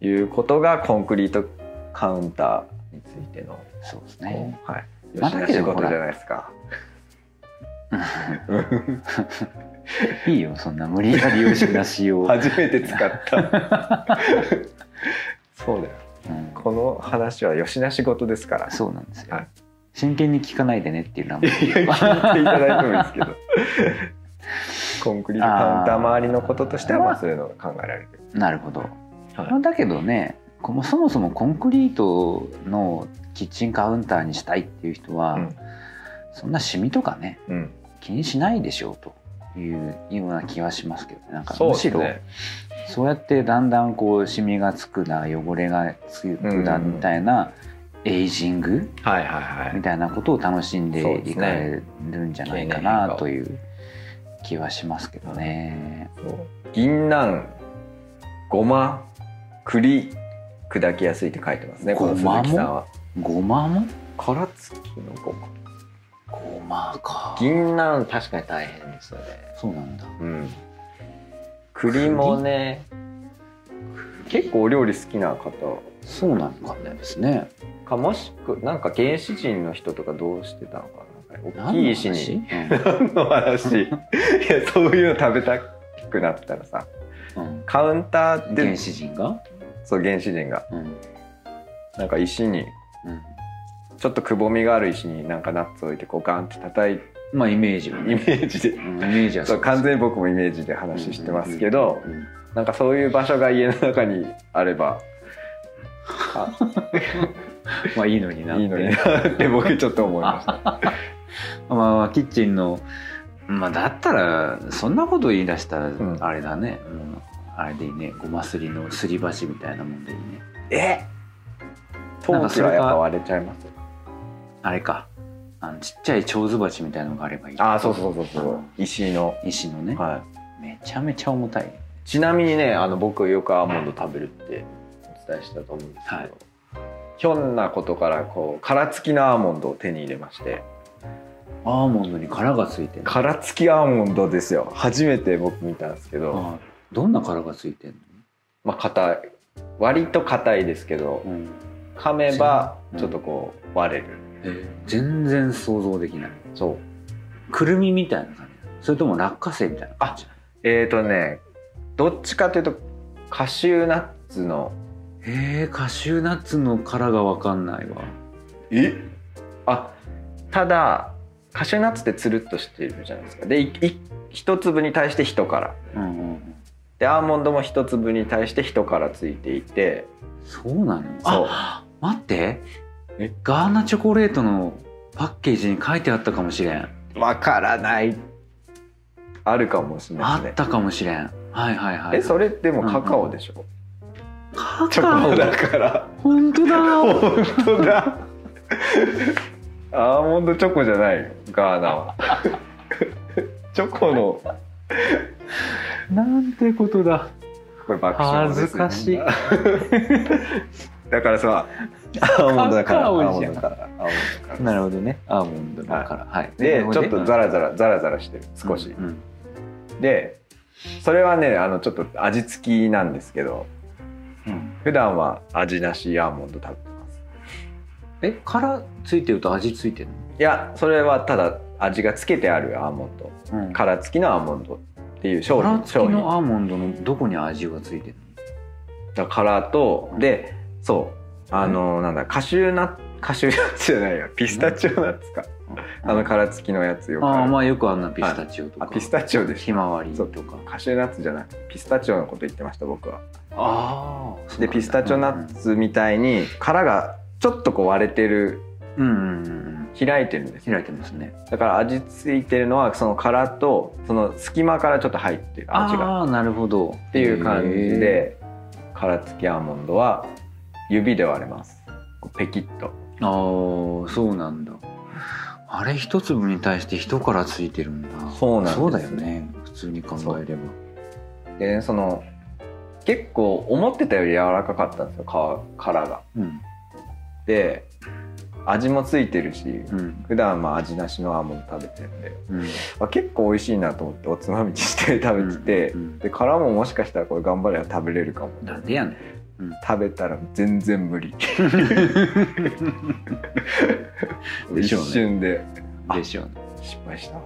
Speaker 2: いうことがコンクリートカウンターについての、
Speaker 1: そうですね。
Speaker 2: はい、
Speaker 1: ま
Speaker 2: よ
Speaker 1: あ
Speaker 2: しら
Speaker 1: だ
Speaker 2: し
Speaker 1: け
Speaker 2: い
Speaker 1: ど
Speaker 2: こと
Speaker 1: ほら
Speaker 2: じゃないですか。
Speaker 1: いいよそんな無理やり用しなしよう。
Speaker 2: 初めて使った。 そうだよ。
Speaker 1: うん
Speaker 2: この話はよしな仕事ですから。
Speaker 1: そうなんですよ。
Speaker 2: はい
Speaker 1: 真剣に聞かないでねっていうのはもう。
Speaker 2: いや聞いていただいてもいいですけど。コンクリートカウンター周りのこととしては、まあ、そういうのが考えられる。
Speaker 1: なるほど。
Speaker 2: はい
Speaker 1: まあだけどね、このそもそもコンクリートのキッチンカウンターにしたいっていう人は、
Speaker 2: うん
Speaker 1: そんなシミとかね。
Speaker 2: うん、
Speaker 1: 気にしないでしょうというような気はしますけどねなんか
Speaker 2: そう
Speaker 1: む
Speaker 2: で
Speaker 1: し
Speaker 2: す
Speaker 1: ろ
Speaker 2: ね。
Speaker 1: そうやってだんだんこうシミがつくな汚れがつくな
Speaker 2: うんうん
Speaker 1: みたいな、エイジング
Speaker 2: はいはいはい
Speaker 1: み。たいなことを楽しん
Speaker 2: そう
Speaker 1: で
Speaker 2: で
Speaker 1: い
Speaker 2: す
Speaker 1: か
Speaker 2: ね
Speaker 1: れるんじゃないか
Speaker 2: 経年変
Speaker 1: な
Speaker 2: 化を
Speaker 1: という気はしますけどね。
Speaker 2: 銀杏ごま栗砕きやすいって書いてますねこの鈴木さんは
Speaker 1: ごまも
Speaker 2: 殻付きのごま
Speaker 1: ごまか。
Speaker 2: 銀杏確かに大変ですよね
Speaker 1: そうなんだ。
Speaker 2: うん栗もね結構お料理好きな方
Speaker 1: そうなのかもですね。
Speaker 2: かもしくなんか原始人の人とかどうしてたのかな大
Speaker 1: 何
Speaker 2: きい
Speaker 1: の
Speaker 2: 石
Speaker 1: 話
Speaker 2: に何の 話いやそういうの食べたくなったらさ
Speaker 1: うんうん
Speaker 2: カウンターで
Speaker 1: 原始人が、
Speaker 2: そう原始人が
Speaker 1: うん
Speaker 2: なんか石に
Speaker 1: うん
Speaker 2: ちょっとくぼみがある石になんかナッツ置いてこうガンって叩いて
Speaker 1: まあイメージは
Speaker 2: イメ
Speaker 1: ね。
Speaker 2: ージで
Speaker 1: うんイメージは
Speaker 2: そう完全に
Speaker 1: 僕
Speaker 2: 僕もイメージで話してますけどなんかそういう場所が家の中にあればあ
Speaker 1: まあいいのになって。
Speaker 2: いいのになって僕ちょっと思いました
Speaker 1: まあまあキッチンのまあだったらそんなこと言い出したら
Speaker 2: ん
Speaker 1: あれだね、うんあれでいいねごますりのすり鉢みたいなもんでいいね
Speaker 2: え陶器はやっぱ割れちゃいます
Speaker 1: あれかあのちっちゃい蝶子鉢みたいのがあればいい
Speaker 2: あそうそうそうそうそう石井の、
Speaker 1: 石のね、
Speaker 2: は
Speaker 1: めちゃめちゃ重たい
Speaker 2: い、ちなみにねあの僕よくアーモンド食べるってお伝えしたと思うんですけど、
Speaker 1: はい
Speaker 2: ひょんなことからこう殻付きのアーモンドを手に入れまして
Speaker 1: アーモンドに殻がついてる
Speaker 2: 殻付きアーモンドですよ初めて僕見たんですけど、
Speaker 1: あどんな殻がついてる
Speaker 2: まあ硬い割と硬いですけど
Speaker 1: の、うん
Speaker 2: 噛めば
Speaker 1: うん
Speaker 2: ちょっとこう割れる、
Speaker 1: えー全然想像できない
Speaker 2: そう
Speaker 1: くるみみたいな感じそれとも落花生みたいな感じ
Speaker 2: えーとねどっちかというとカシューナッツの
Speaker 1: へえカシューナッツの殻が分かんないわ
Speaker 2: えあただカシューナッツってつるっとしてるじゃないですかでいい一粒に対して一から
Speaker 1: うんうんうん
Speaker 2: でアーモンドも一粒に対して一からついていて
Speaker 1: そうなの
Speaker 2: そう
Speaker 1: あ待って
Speaker 2: え
Speaker 1: ガーナチョコレートのパッケージに書いてあったかもしれん、
Speaker 2: わからないあるかもしれな
Speaker 1: あ
Speaker 2: いで
Speaker 1: っ
Speaker 2: すね
Speaker 1: たかもしれんはいはいはい
Speaker 2: えそれでもカカオでしょ、
Speaker 1: カ
Speaker 2: チョ
Speaker 1: カ
Speaker 2: コ
Speaker 1: オ
Speaker 2: だから
Speaker 1: 本当だ
Speaker 2: 本当だアーモンドチョコじゃないよガーナ はチョコの
Speaker 1: なんてことだ
Speaker 2: これ爆笑
Speaker 1: 恥ずかしい
Speaker 2: だからさアーモンドだか
Speaker 1: カ
Speaker 2: ら
Speaker 1: カ
Speaker 2: アー
Speaker 1: オ
Speaker 2: モン
Speaker 1: じゃ
Speaker 2: ド
Speaker 1: ん
Speaker 2: だからアーモンドだから
Speaker 1: なるほどねアーモンドの殻はい
Speaker 2: でちょっとザ
Speaker 1: ラ
Speaker 2: ラザラザラザラしてる少し、
Speaker 1: うんうん
Speaker 2: でそれはねあのちょっと味付きなんですけど
Speaker 1: うん
Speaker 2: 普段は味なしアーモンド食べてます
Speaker 1: え殻ついてると味ついてる
Speaker 2: いやそれはただ味がつけてあるアーモンド
Speaker 1: の、うん、殻
Speaker 2: 殻付きのアーモンドっていう商品
Speaker 1: 付
Speaker 2: 商
Speaker 1: き
Speaker 2: 品
Speaker 1: のアーモンドのどこに味がついてる
Speaker 2: だからとでそうあの、なんだカシューナッカシューナッツじゃないやピスタチオナッツか、
Speaker 1: の
Speaker 2: あの殻付きのやつよく
Speaker 1: あ
Speaker 2: あ
Speaker 1: あ
Speaker 2: る
Speaker 1: まあよくあんなピスタチオとか
Speaker 2: あピスタチオでし
Speaker 1: ひまわりと
Speaker 2: そ
Speaker 1: か
Speaker 2: ょカシューナッツじゃなくてピスタチオのこと言ってました僕は
Speaker 1: ああ
Speaker 2: でピスタチオナッツみたいに殻がちょっとこう割れてる
Speaker 1: うんうんうんうん
Speaker 2: 開いてるんですよ
Speaker 1: 開いてますね
Speaker 2: だから味付いてるのはその殻とその隙間からちょっと入ってる味が
Speaker 1: ああーなるほど
Speaker 2: っていう感じで殻付きアーモンドは指で割れますこうペキッと
Speaker 1: ああーそうなんだあれ一粒に対して一からついてるんだ
Speaker 2: そうなんです
Speaker 1: そうだよね普通に考えれば
Speaker 2: でねその結構思ってたより柔らかかったんですよ皮殻が。
Speaker 1: うん
Speaker 2: で味もついてるし、
Speaker 1: うん
Speaker 2: 普段まあ味なしのアーモンド食べてるんで、
Speaker 1: うん
Speaker 2: あ、結構美味しいなと思っておつまみにして食べてて、
Speaker 1: うん
Speaker 2: で殻ももしかしたらこれ頑張れば食べれるかも
Speaker 1: なんでやねん
Speaker 2: 食べたら全然無理
Speaker 1: でしょう
Speaker 2: 一
Speaker 1: ね
Speaker 2: 瞬であ
Speaker 1: でしょうね
Speaker 2: 失敗した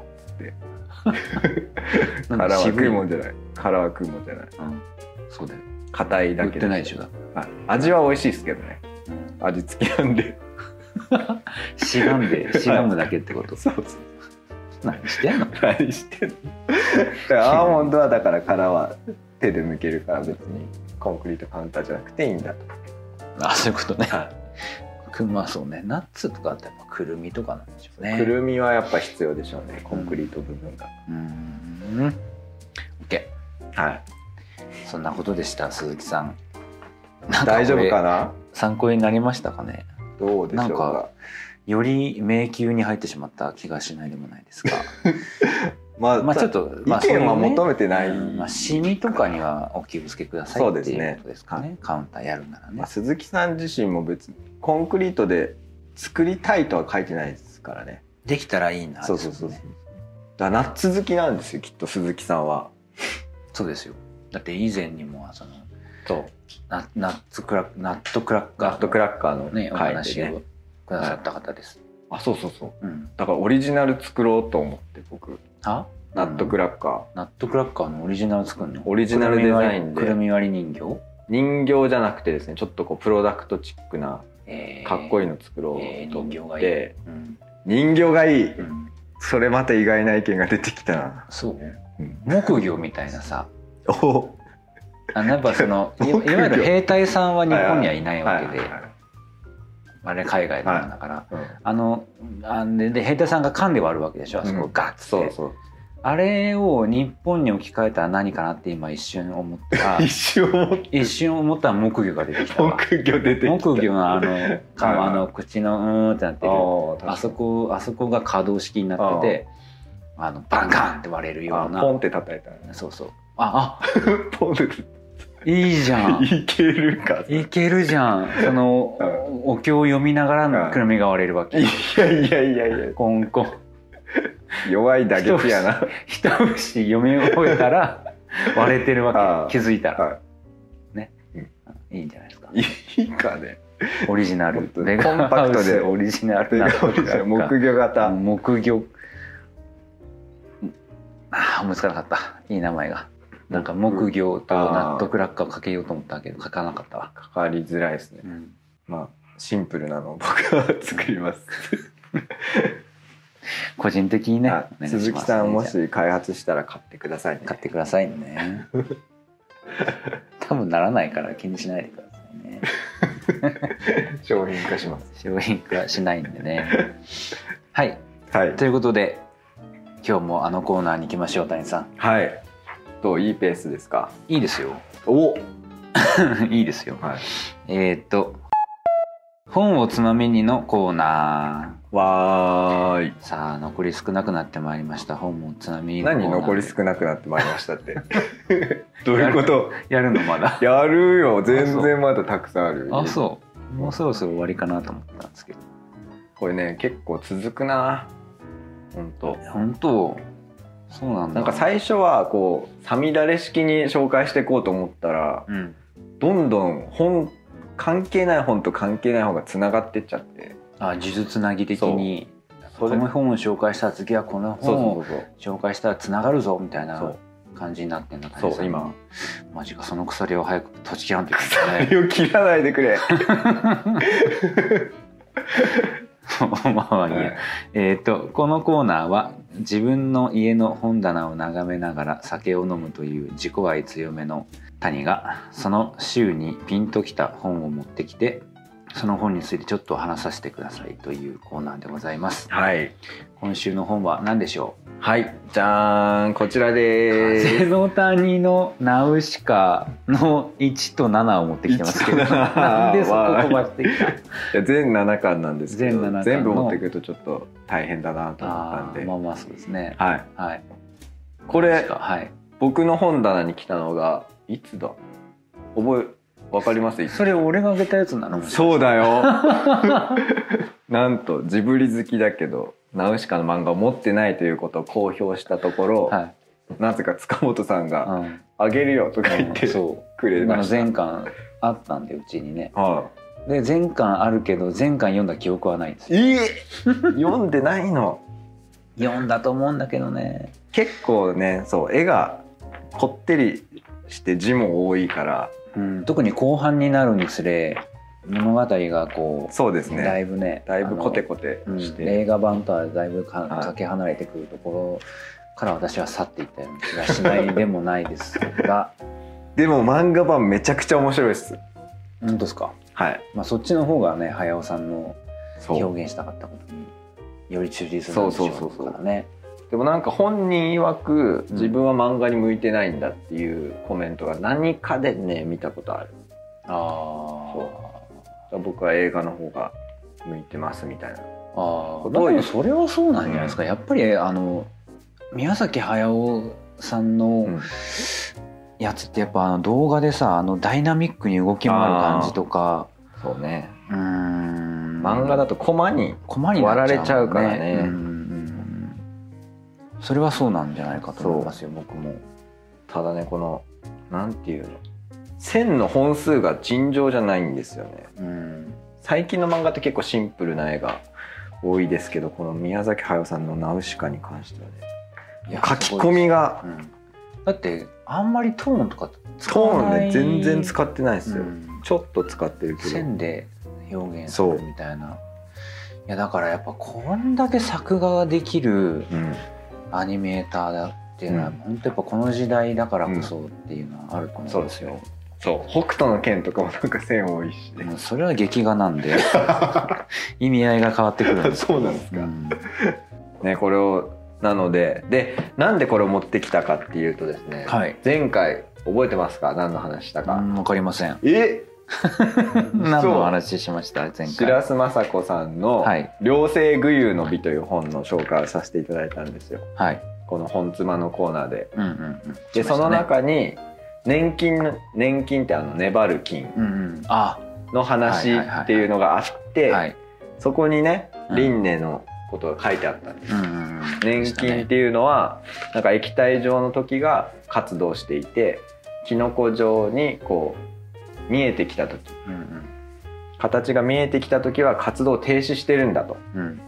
Speaker 1: なん
Speaker 2: 殻
Speaker 1: か
Speaker 2: は食
Speaker 1: 渋
Speaker 2: い
Speaker 1: い
Speaker 2: もんじゃない殻は食うもんじゃない
Speaker 1: うんそうだよ
Speaker 2: 硬いだ
Speaker 1: 売
Speaker 2: け
Speaker 1: ってないでしょだ
Speaker 2: はい味は美味しいですけどね味付きなんで
Speaker 1: しがんでしがむだけってこと
Speaker 2: そうそう
Speaker 1: 何してんの
Speaker 2: 何してんの だからアーモンドはだから殻は手で剥けるから別にコンクリートカウンターじゃなくていいんだと
Speaker 1: あそういうことね
Speaker 2: は
Speaker 1: くまあそうねナッツとかってやっぱくるみとかなんでしょうね
Speaker 2: くるみはやっぱ必要でしょうねコンクリート部分が、
Speaker 1: うーん OK
Speaker 2: はい
Speaker 1: そんなことでした鈴木さんなんか
Speaker 2: 大丈夫か
Speaker 1: これ
Speaker 2: な
Speaker 1: 参考になりましたかね
Speaker 2: どうでしょ
Speaker 1: なん
Speaker 2: うか
Speaker 1: かより迷宮に入ってしまった気がしないでもないですが
Speaker 2: まあ、
Speaker 1: まあちょっ
Speaker 2: と
Speaker 1: と、
Speaker 2: 意
Speaker 1: まあ
Speaker 2: 見は求
Speaker 1: め
Speaker 2: めてない、
Speaker 1: まあ、シミとかにはお気をつけください
Speaker 2: そう
Speaker 1: っ
Speaker 2: で
Speaker 1: て
Speaker 2: すね
Speaker 1: いうことですかねカウンターやるならね
Speaker 2: まあ、鈴木さん自身も別にコンクリートで作りたいとは書いてないですからね
Speaker 1: できたらいいな
Speaker 2: そうそうそう
Speaker 1: で
Speaker 2: そう
Speaker 1: すね
Speaker 2: だからナッツ好きなんですよきっと鈴木さんは
Speaker 1: そうですよだって以前にもその
Speaker 2: そう
Speaker 1: ナナッツクラックナットクラッカー
Speaker 2: ガットクラッカーの
Speaker 1: ねお
Speaker 2: 回
Speaker 1: 話
Speaker 2: でね
Speaker 1: をくださった方です、
Speaker 2: あそうそうそう
Speaker 1: うん
Speaker 2: だからオリジナル作ろうと思って僕
Speaker 1: あ
Speaker 2: ナットクラッカ
Speaker 1: ナットクラッカーのオリジナル作るの
Speaker 2: オリジナルデザインで
Speaker 1: くるみ割り人形
Speaker 2: ー、人形じゃなくてですねちょっとこうプロダクトチックな
Speaker 1: えー
Speaker 2: かっこいいの作ろ
Speaker 1: えー
Speaker 2: うと思って、
Speaker 1: 人形がいい、うん
Speaker 2: 人形がいい
Speaker 1: うん、
Speaker 2: それまた意外な意見が出てきたな、
Speaker 1: そう
Speaker 2: うん、
Speaker 1: 木魚みたいなさ
Speaker 2: お
Speaker 1: あやっぱそ のいい
Speaker 2: 木
Speaker 1: わ
Speaker 2: 魚
Speaker 1: ゆる兵隊さんは日本にはいないわ
Speaker 2: はい
Speaker 1: け
Speaker 2: はい
Speaker 1: で、
Speaker 2: はい
Speaker 1: あれ海外のものだから、
Speaker 2: うん
Speaker 1: あのあでで兵隊さんが噛んで割るわけでしょあそこガッツっ
Speaker 2: そ
Speaker 1: て、
Speaker 2: うそう
Speaker 1: あれを日本に置き換えたら何かなって今一瞬思った ら
Speaker 2: 一瞬思って
Speaker 1: 一瞬思ったら木魚が出てきたわ
Speaker 2: 木魚出てきた
Speaker 1: 木魚のあの
Speaker 2: はい
Speaker 1: かあの口のうーんってなってる
Speaker 2: あー
Speaker 1: あそこあそこが可動式になっててあのバンカンって割れるよ
Speaker 2: あ
Speaker 1: う
Speaker 2: ポン
Speaker 1: な
Speaker 2: って叩いたね
Speaker 1: そうそうああ
Speaker 2: ポンって叩い
Speaker 1: いいじゃ
Speaker 2: た
Speaker 1: ん
Speaker 2: いけるか
Speaker 1: いけるじゃんその
Speaker 2: うん
Speaker 1: おお経を読みなが
Speaker 2: う
Speaker 1: ら
Speaker 2: ん
Speaker 1: くるみが割れるわけ
Speaker 2: いやいやいやいや
Speaker 1: コンコン
Speaker 2: 弱い打撃やな
Speaker 1: 一節読み終えた ら割れてるわ
Speaker 2: あー
Speaker 1: け気づいたら
Speaker 2: はい
Speaker 1: いいんじゃないですか
Speaker 2: いいかね
Speaker 1: オリジナ
Speaker 2: 本
Speaker 1: ル
Speaker 2: 当に
Speaker 1: レガー
Speaker 2: コンパクトで
Speaker 1: ハウスオリジナルな
Speaker 2: 木魚型、
Speaker 1: 木魚ああ思いつかなかったいい名前がなんか木魚と納得落下をかけようと思ったけど書かなかったわ、
Speaker 2: かかりづらいですね
Speaker 1: うん
Speaker 2: まあシンプルなのを僕は作ります
Speaker 1: 個人的にね
Speaker 2: あ
Speaker 1: お願いします
Speaker 2: 鈴木さんも
Speaker 1: じゃ
Speaker 2: し開発したら買ってください
Speaker 1: あ買
Speaker 2: ね
Speaker 1: ってください ね多分ならないから気にしないでくださいね
Speaker 2: 商品化します
Speaker 1: 商品化しないんでねはい
Speaker 2: はい
Speaker 1: ということで今日もあのコーナーに行きましょう谷さん
Speaker 2: はいどういいペースですか
Speaker 1: いいです よ
Speaker 2: お
Speaker 1: いいですよ
Speaker 2: はい
Speaker 1: えーっと「本をつまみに」のコーナ
Speaker 2: わー
Speaker 1: ー
Speaker 2: い
Speaker 1: さあ残り少なくなってまいりました本をつまみにのコーナ
Speaker 2: 何
Speaker 1: ー
Speaker 2: 残り少なくなってまいりましたって どういうこと
Speaker 1: やるのま だ
Speaker 2: やるよ全然まだたくさんある
Speaker 1: あそうもうそろそろ終わりかなと思ったんですけど
Speaker 2: これね結構続くな本当
Speaker 1: 本当そうなんだ
Speaker 2: なんか最初はこうさみだれ式に紹介していこうと思ったら
Speaker 1: うん
Speaker 2: どんどん本関係ない本と関係ない本がつながってっちゃって
Speaker 1: あ呪術つなぎ的に
Speaker 2: そ
Speaker 1: こ
Speaker 2: れ
Speaker 1: の本を紹介したら次はこの
Speaker 2: そう
Speaker 1: 本を
Speaker 2: そうそう
Speaker 1: 紹介したらつながるぞみたい
Speaker 2: そ
Speaker 1: な
Speaker 2: う
Speaker 1: 感じになってんだ
Speaker 2: そ
Speaker 1: 谷
Speaker 2: う
Speaker 1: さん
Speaker 2: 今
Speaker 1: マジかその鎖を早く閉じ切らんといけ
Speaker 2: あ
Speaker 1: ないね
Speaker 2: れを切らないでくれ、
Speaker 1: まあまあいいやえー、とこのコーナーは自分の家の本棚を眺めながら酒を飲むという自己愛強めの谷がその週にピンときた本を持ってきてその本についてちょっと話させてくださいというコーナーでございます
Speaker 2: はい
Speaker 1: 今週の本は何でしょ
Speaker 2: はいじゃーんこちら
Speaker 1: う
Speaker 2: で
Speaker 1: 風
Speaker 2: ーす
Speaker 1: の谷のナウシカの1と7を持ってきてますけど
Speaker 2: 1と7
Speaker 1: なんでそこ飛ばして きた
Speaker 2: いや全7巻なんですけど
Speaker 1: 全七巻の
Speaker 2: 全部持ってくるとちょっと大変だなと思ったん
Speaker 1: あー
Speaker 2: で
Speaker 1: まあまあそうですね
Speaker 2: はい
Speaker 1: はい
Speaker 2: こ
Speaker 1: です
Speaker 2: れ
Speaker 1: かはい
Speaker 2: 僕の本棚に来たのがいつだ覚えわかりますいつ
Speaker 1: それ俺があげたやつなの
Speaker 2: そうだよ なんとジブリ好きだけどナウシカの漫画を持ってないということを公表したところ、
Speaker 1: はい、
Speaker 2: なぜか塚本さんが
Speaker 1: うん
Speaker 2: 「あげるよ」とか言って
Speaker 1: そう
Speaker 2: くれ
Speaker 1: 今
Speaker 2: ま
Speaker 1: の
Speaker 2: した
Speaker 1: 前巻あったんでうちにね
Speaker 2: は
Speaker 1: で前巻あるけど前巻読んだ記憶はないんです
Speaker 2: い、
Speaker 1: よ
Speaker 2: いい読んでないの
Speaker 1: 読んだと思うんだけどね
Speaker 2: 結構ねそう絵がこってりして字も多いから
Speaker 1: うん特に後半になるにつれ物語がこう
Speaker 2: そうです
Speaker 1: だ
Speaker 2: ね
Speaker 1: いぶね
Speaker 2: だいぶコテ
Speaker 1: コ
Speaker 2: コテして、
Speaker 1: 映画版とはだいぶか
Speaker 2: はい
Speaker 1: かけ離れてくるところから私は去っていったような気がしないでもないですが
Speaker 2: でも漫画版めちゃくちゃ面白いです
Speaker 1: 本当ですか、
Speaker 2: はい
Speaker 1: まあ、そっちの方がね早尾さんの
Speaker 2: そう
Speaker 1: 表現したかったことにより忠実なんでしょ
Speaker 2: そうそうそう
Speaker 1: う
Speaker 2: そう
Speaker 1: からね
Speaker 2: でもなんか本人曰く
Speaker 1: うん
Speaker 2: 自分は漫画に向いてないんだっていうコメントが何かでね見たことある
Speaker 1: ああ
Speaker 2: 僕は映画の方が向いてますみたいな
Speaker 1: ああ
Speaker 2: どういう
Speaker 1: でもそれはそうなんじゃないですか、やっぱりあの宮崎駿さんのやつってやっぱあの動画でさあのダイナミックに動き回る感じとか
Speaker 2: そうね
Speaker 1: うーん
Speaker 2: 漫画だとコマに
Speaker 1: 困りになっちゃう,、
Speaker 2: 割られちゃうからね
Speaker 1: うんうんうんそれはそうなんじゃないかと思いますよ僕も
Speaker 2: ただねこのなんていうの線の本数が尋常じゃないんですよね
Speaker 1: うん
Speaker 2: 最近の漫画って結構シンプルな絵が多いですけどこの宮崎駿さんの「ナウシカ」に関してはね
Speaker 1: いや
Speaker 2: 書き込みが
Speaker 1: すごいうんだってあんまりトーンとか使
Speaker 2: ト
Speaker 1: わ
Speaker 2: ーン
Speaker 1: ない
Speaker 2: ね全然使ってないですよ、
Speaker 1: うん
Speaker 2: ちょっと使ってるけど
Speaker 1: 線で表現するみたいないやだからやっぱこんだけ作画ができる
Speaker 2: うん
Speaker 1: アニメーターだっていうのは、
Speaker 2: うん
Speaker 1: 本当やっぱこの時代だからこそっていうのはあると思うんですよ、
Speaker 2: そう北斗の剣とかもなんか線多 いしね、
Speaker 1: もうそれは劇画なんで意味合いが変わってくるんです
Speaker 2: そうなんですか
Speaker 1: ん
Speaker 2: ねこれをなのででなんでこれを持ってきたかっていうとですね、
Speaker 1: はい
Speaker 2: 前回覚えてますか何の話したか、
Speaker 1: うんわかりません
Speaker 2: え
Speaker 1: 何のお話ししました前
Speaker 2: 白
Speaker 1: 回
Speaker 2: 洲雅子さんの
Speaker 1: はい
Speaker 2: 「両性具有の美」という本の紹介をさせていただいたんですよ
Speaker 1: はい
Speaker 2: この本妻のコーナーで。
Speaker 1: うんうんうんし
Speaker 2: で
Speaker 1: ま
Speaker 2: そ
Speaker 1: したね
Speaker 2: の中に年金の年金ってあの粘る金
Speaker 1: うんうんあ
Speaker 2: の話
Speaker 1: はいはいはいはい
Speaker 2: っていうのがあって、
Speaker 1: はい
Speaker 2: そこにね
Speaker 1: うん
Speaker 2: 輪廻のことが書いてあったんです
Speaker 1: うんうんうん
Speaker 2: 年金っていうのはなんか液体状の時が活動していてキノコ状にこう見えてきた時
Speaker 1: うん
Speaker 2: 形が見えてきた時は活動停止してるんだと
Speaker 1: うんうん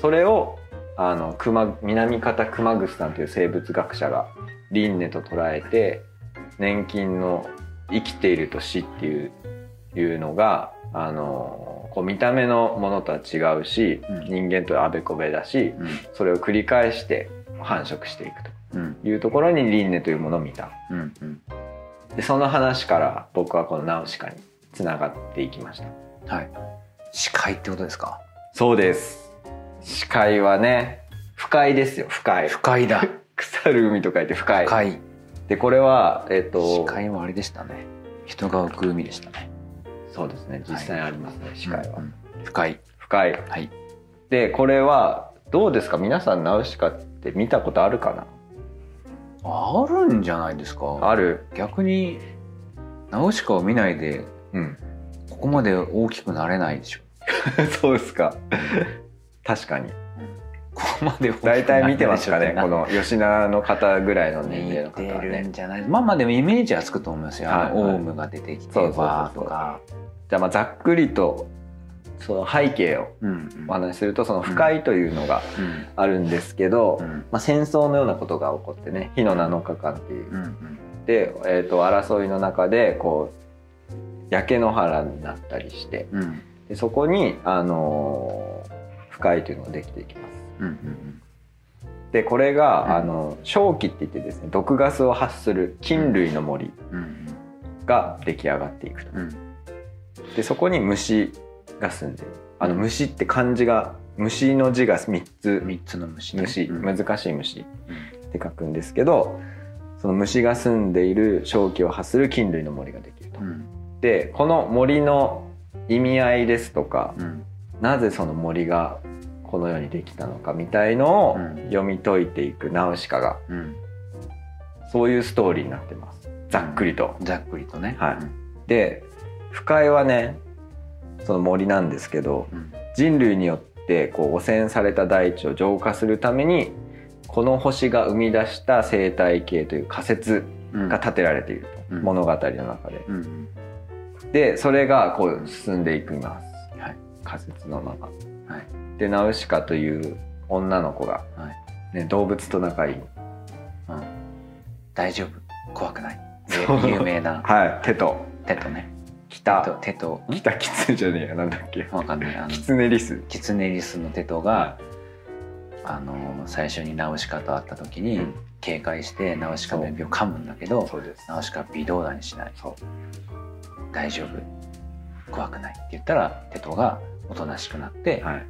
Speaker 2: それをあの熊南方熊楠さんという生物学者が輪廻と捉えて年金の生きていると死っていういうのがあのこう見た目のものとは違うし、
Speaker 1: うん
Speaker 2: 人間とあべこべだしそれを繰り返して繁殖していくと。
Speaker 1: うんうん
Speaker 2: いうところに輪廻というものを見た
Speaker 1: うんうん
Speaker 2: でその話から僕はこのナウシカにつながっていきました
Speaker 1: はい司会ってことですか
Speaker 2: そうです視界はね不快ですよ不快
Speaker 1: 不快だ
Speaker 2: 腐る海と書いて不快
Speaker 1: 不快
Speaker 2: でこれはえっ、
Speaker 1: 視
Speaker 2: と
Speaker 1: 界もあれでしたね人が浮く海でしたね
Speaker 2: そうですね実際ありますね、視界は、
Speaker 1: うんうん不快
Speaker 2: 不快
Speaker 1: はい
Speaker 2: でこれはどうですか皆さんナウシカって見たことあるかな
Speaker 1: あるんじゃないですか
Speaker 2: ある
Speaker 1: 逆にナウシカを見ないで
Speaker 2: うん
Speaker 1: ここまで大きくなれないでしょ
Speaker 2: そうですか確かに
Speaker 1: ここまで大きくなれないで
Speaker 2: 大
Speaker 1: しょ
Speaker 2: 体見てますか
Speaker 1: っ
Speaker 2: ね
Speaker 1: てな
Speaker 2: この吉永の方ぐらいの年齢の
Speaker 1: 似
Speaker 2: 方
Speaker 1: て
Speaker 2: はね
Speaker 1: るんじゃないまあまあでもイメージはつくと思いますよ、あの
Speaker 2: はいはい
Speaker 1: オウムが出てきて
Speaker 2: そうそうそうそう
Speaker 1: わーとか
Speaker 2: じゃあまあざっくりとその背景を
Speaker 1: うん
Speaker 2: お話しするとその不快というのが
Speaker 1: うん
Speaker 2: あるんですけど、
Speaker 1: うん
Speaker 2: まあ、戦争のようなことが起こってね火の7日間っていう
Speaker 1: うんうん
Speaker 2: で、えー、と争いの中でこう焼け野原になったりして
Speaker 1: うんうん
Speaker 2: でそこに、あのー不快というのができていきます。
Speaker 1: うんうん
Speaker 2: でこれが、
Speaker 1: うん
Speaker 2: あの正気って言ってですね毒ガスを発する菌類の森
Speaker 1: うん
Speaker 2: が出来上がっていくと。
Speaker 1: うんうん
Speaker 2: でそこに虫が住んでるあの
Speaker 1: うん
Speaker 2: 虫って漢字が虫の字が3つ
Speaker 1: 三つの虫ね
Speaker 2: 虫
Speaker 1: うん
Speaker 2: 難しい虫って書くんですけどその虫が住んでいる正気を発する菌類の森ができると
Speaker 1: う。ん
Speaker 2: でこの森の意味合いですとか
Speaker 1: うん
Speaker 2: なぜその森がこのようにできたのかみたいのを
Speaker 1: うん
Speaker 2: 読み解いていくナウシカが
Speaker 1: うん
Speaker 2: そういうストーリーになってますざっくりと。
Speaker 1: ざっくりとね
Speaker 2: はい
Speaker 1: うん
Speaker 2: で不快はねその森なんですけど
Speaker 1: うん
Speaker 2: 人類によってこう汚染された大地を浄化するためにこの星が生み出した生態系という仮説
Speaker 1: うん
Speaker 2: が立てられていると、
Speaker 1: うん
Speaker 2: 物語の中で。
Speaker 1: うん
Speaker 2: でそれがこう進んでいきます、
Speaker 1: はい
Speaker 2: 仮説のまま。
Speaker 1: はい
Speaker 2: でナウシカという女の子が、
Speaker 1: は
Speaker 2: ね、動物と仲いい、
Speaker 1: 大丈夫怖くないで
Speaker 2: そう
Speaker 1: 有名な
Speaker 2: はい、手と
Speaker 1: 手とね手と
Speaker 2: 北
Speaker 1: 手とん
Speaker 2: 北キツネじゃねえやなんだっけ
Speaker 1: わかんないあの
Speaker 2: キツネリス。
Speaker 1: キツネリスのテトが、あの最初にナウシカと会った時に、
Speaker 2: うん
Speaker 1: 警戒してナウシカの指を噛むんだけど
Speaker 2: そうです
Speaker 1: ナウシカは微動だにしない
Speaker 2: そう
Speaker 1: 大丈夫怖くないって言ったらテトがおとなしくなって、
Speaker 2: はい、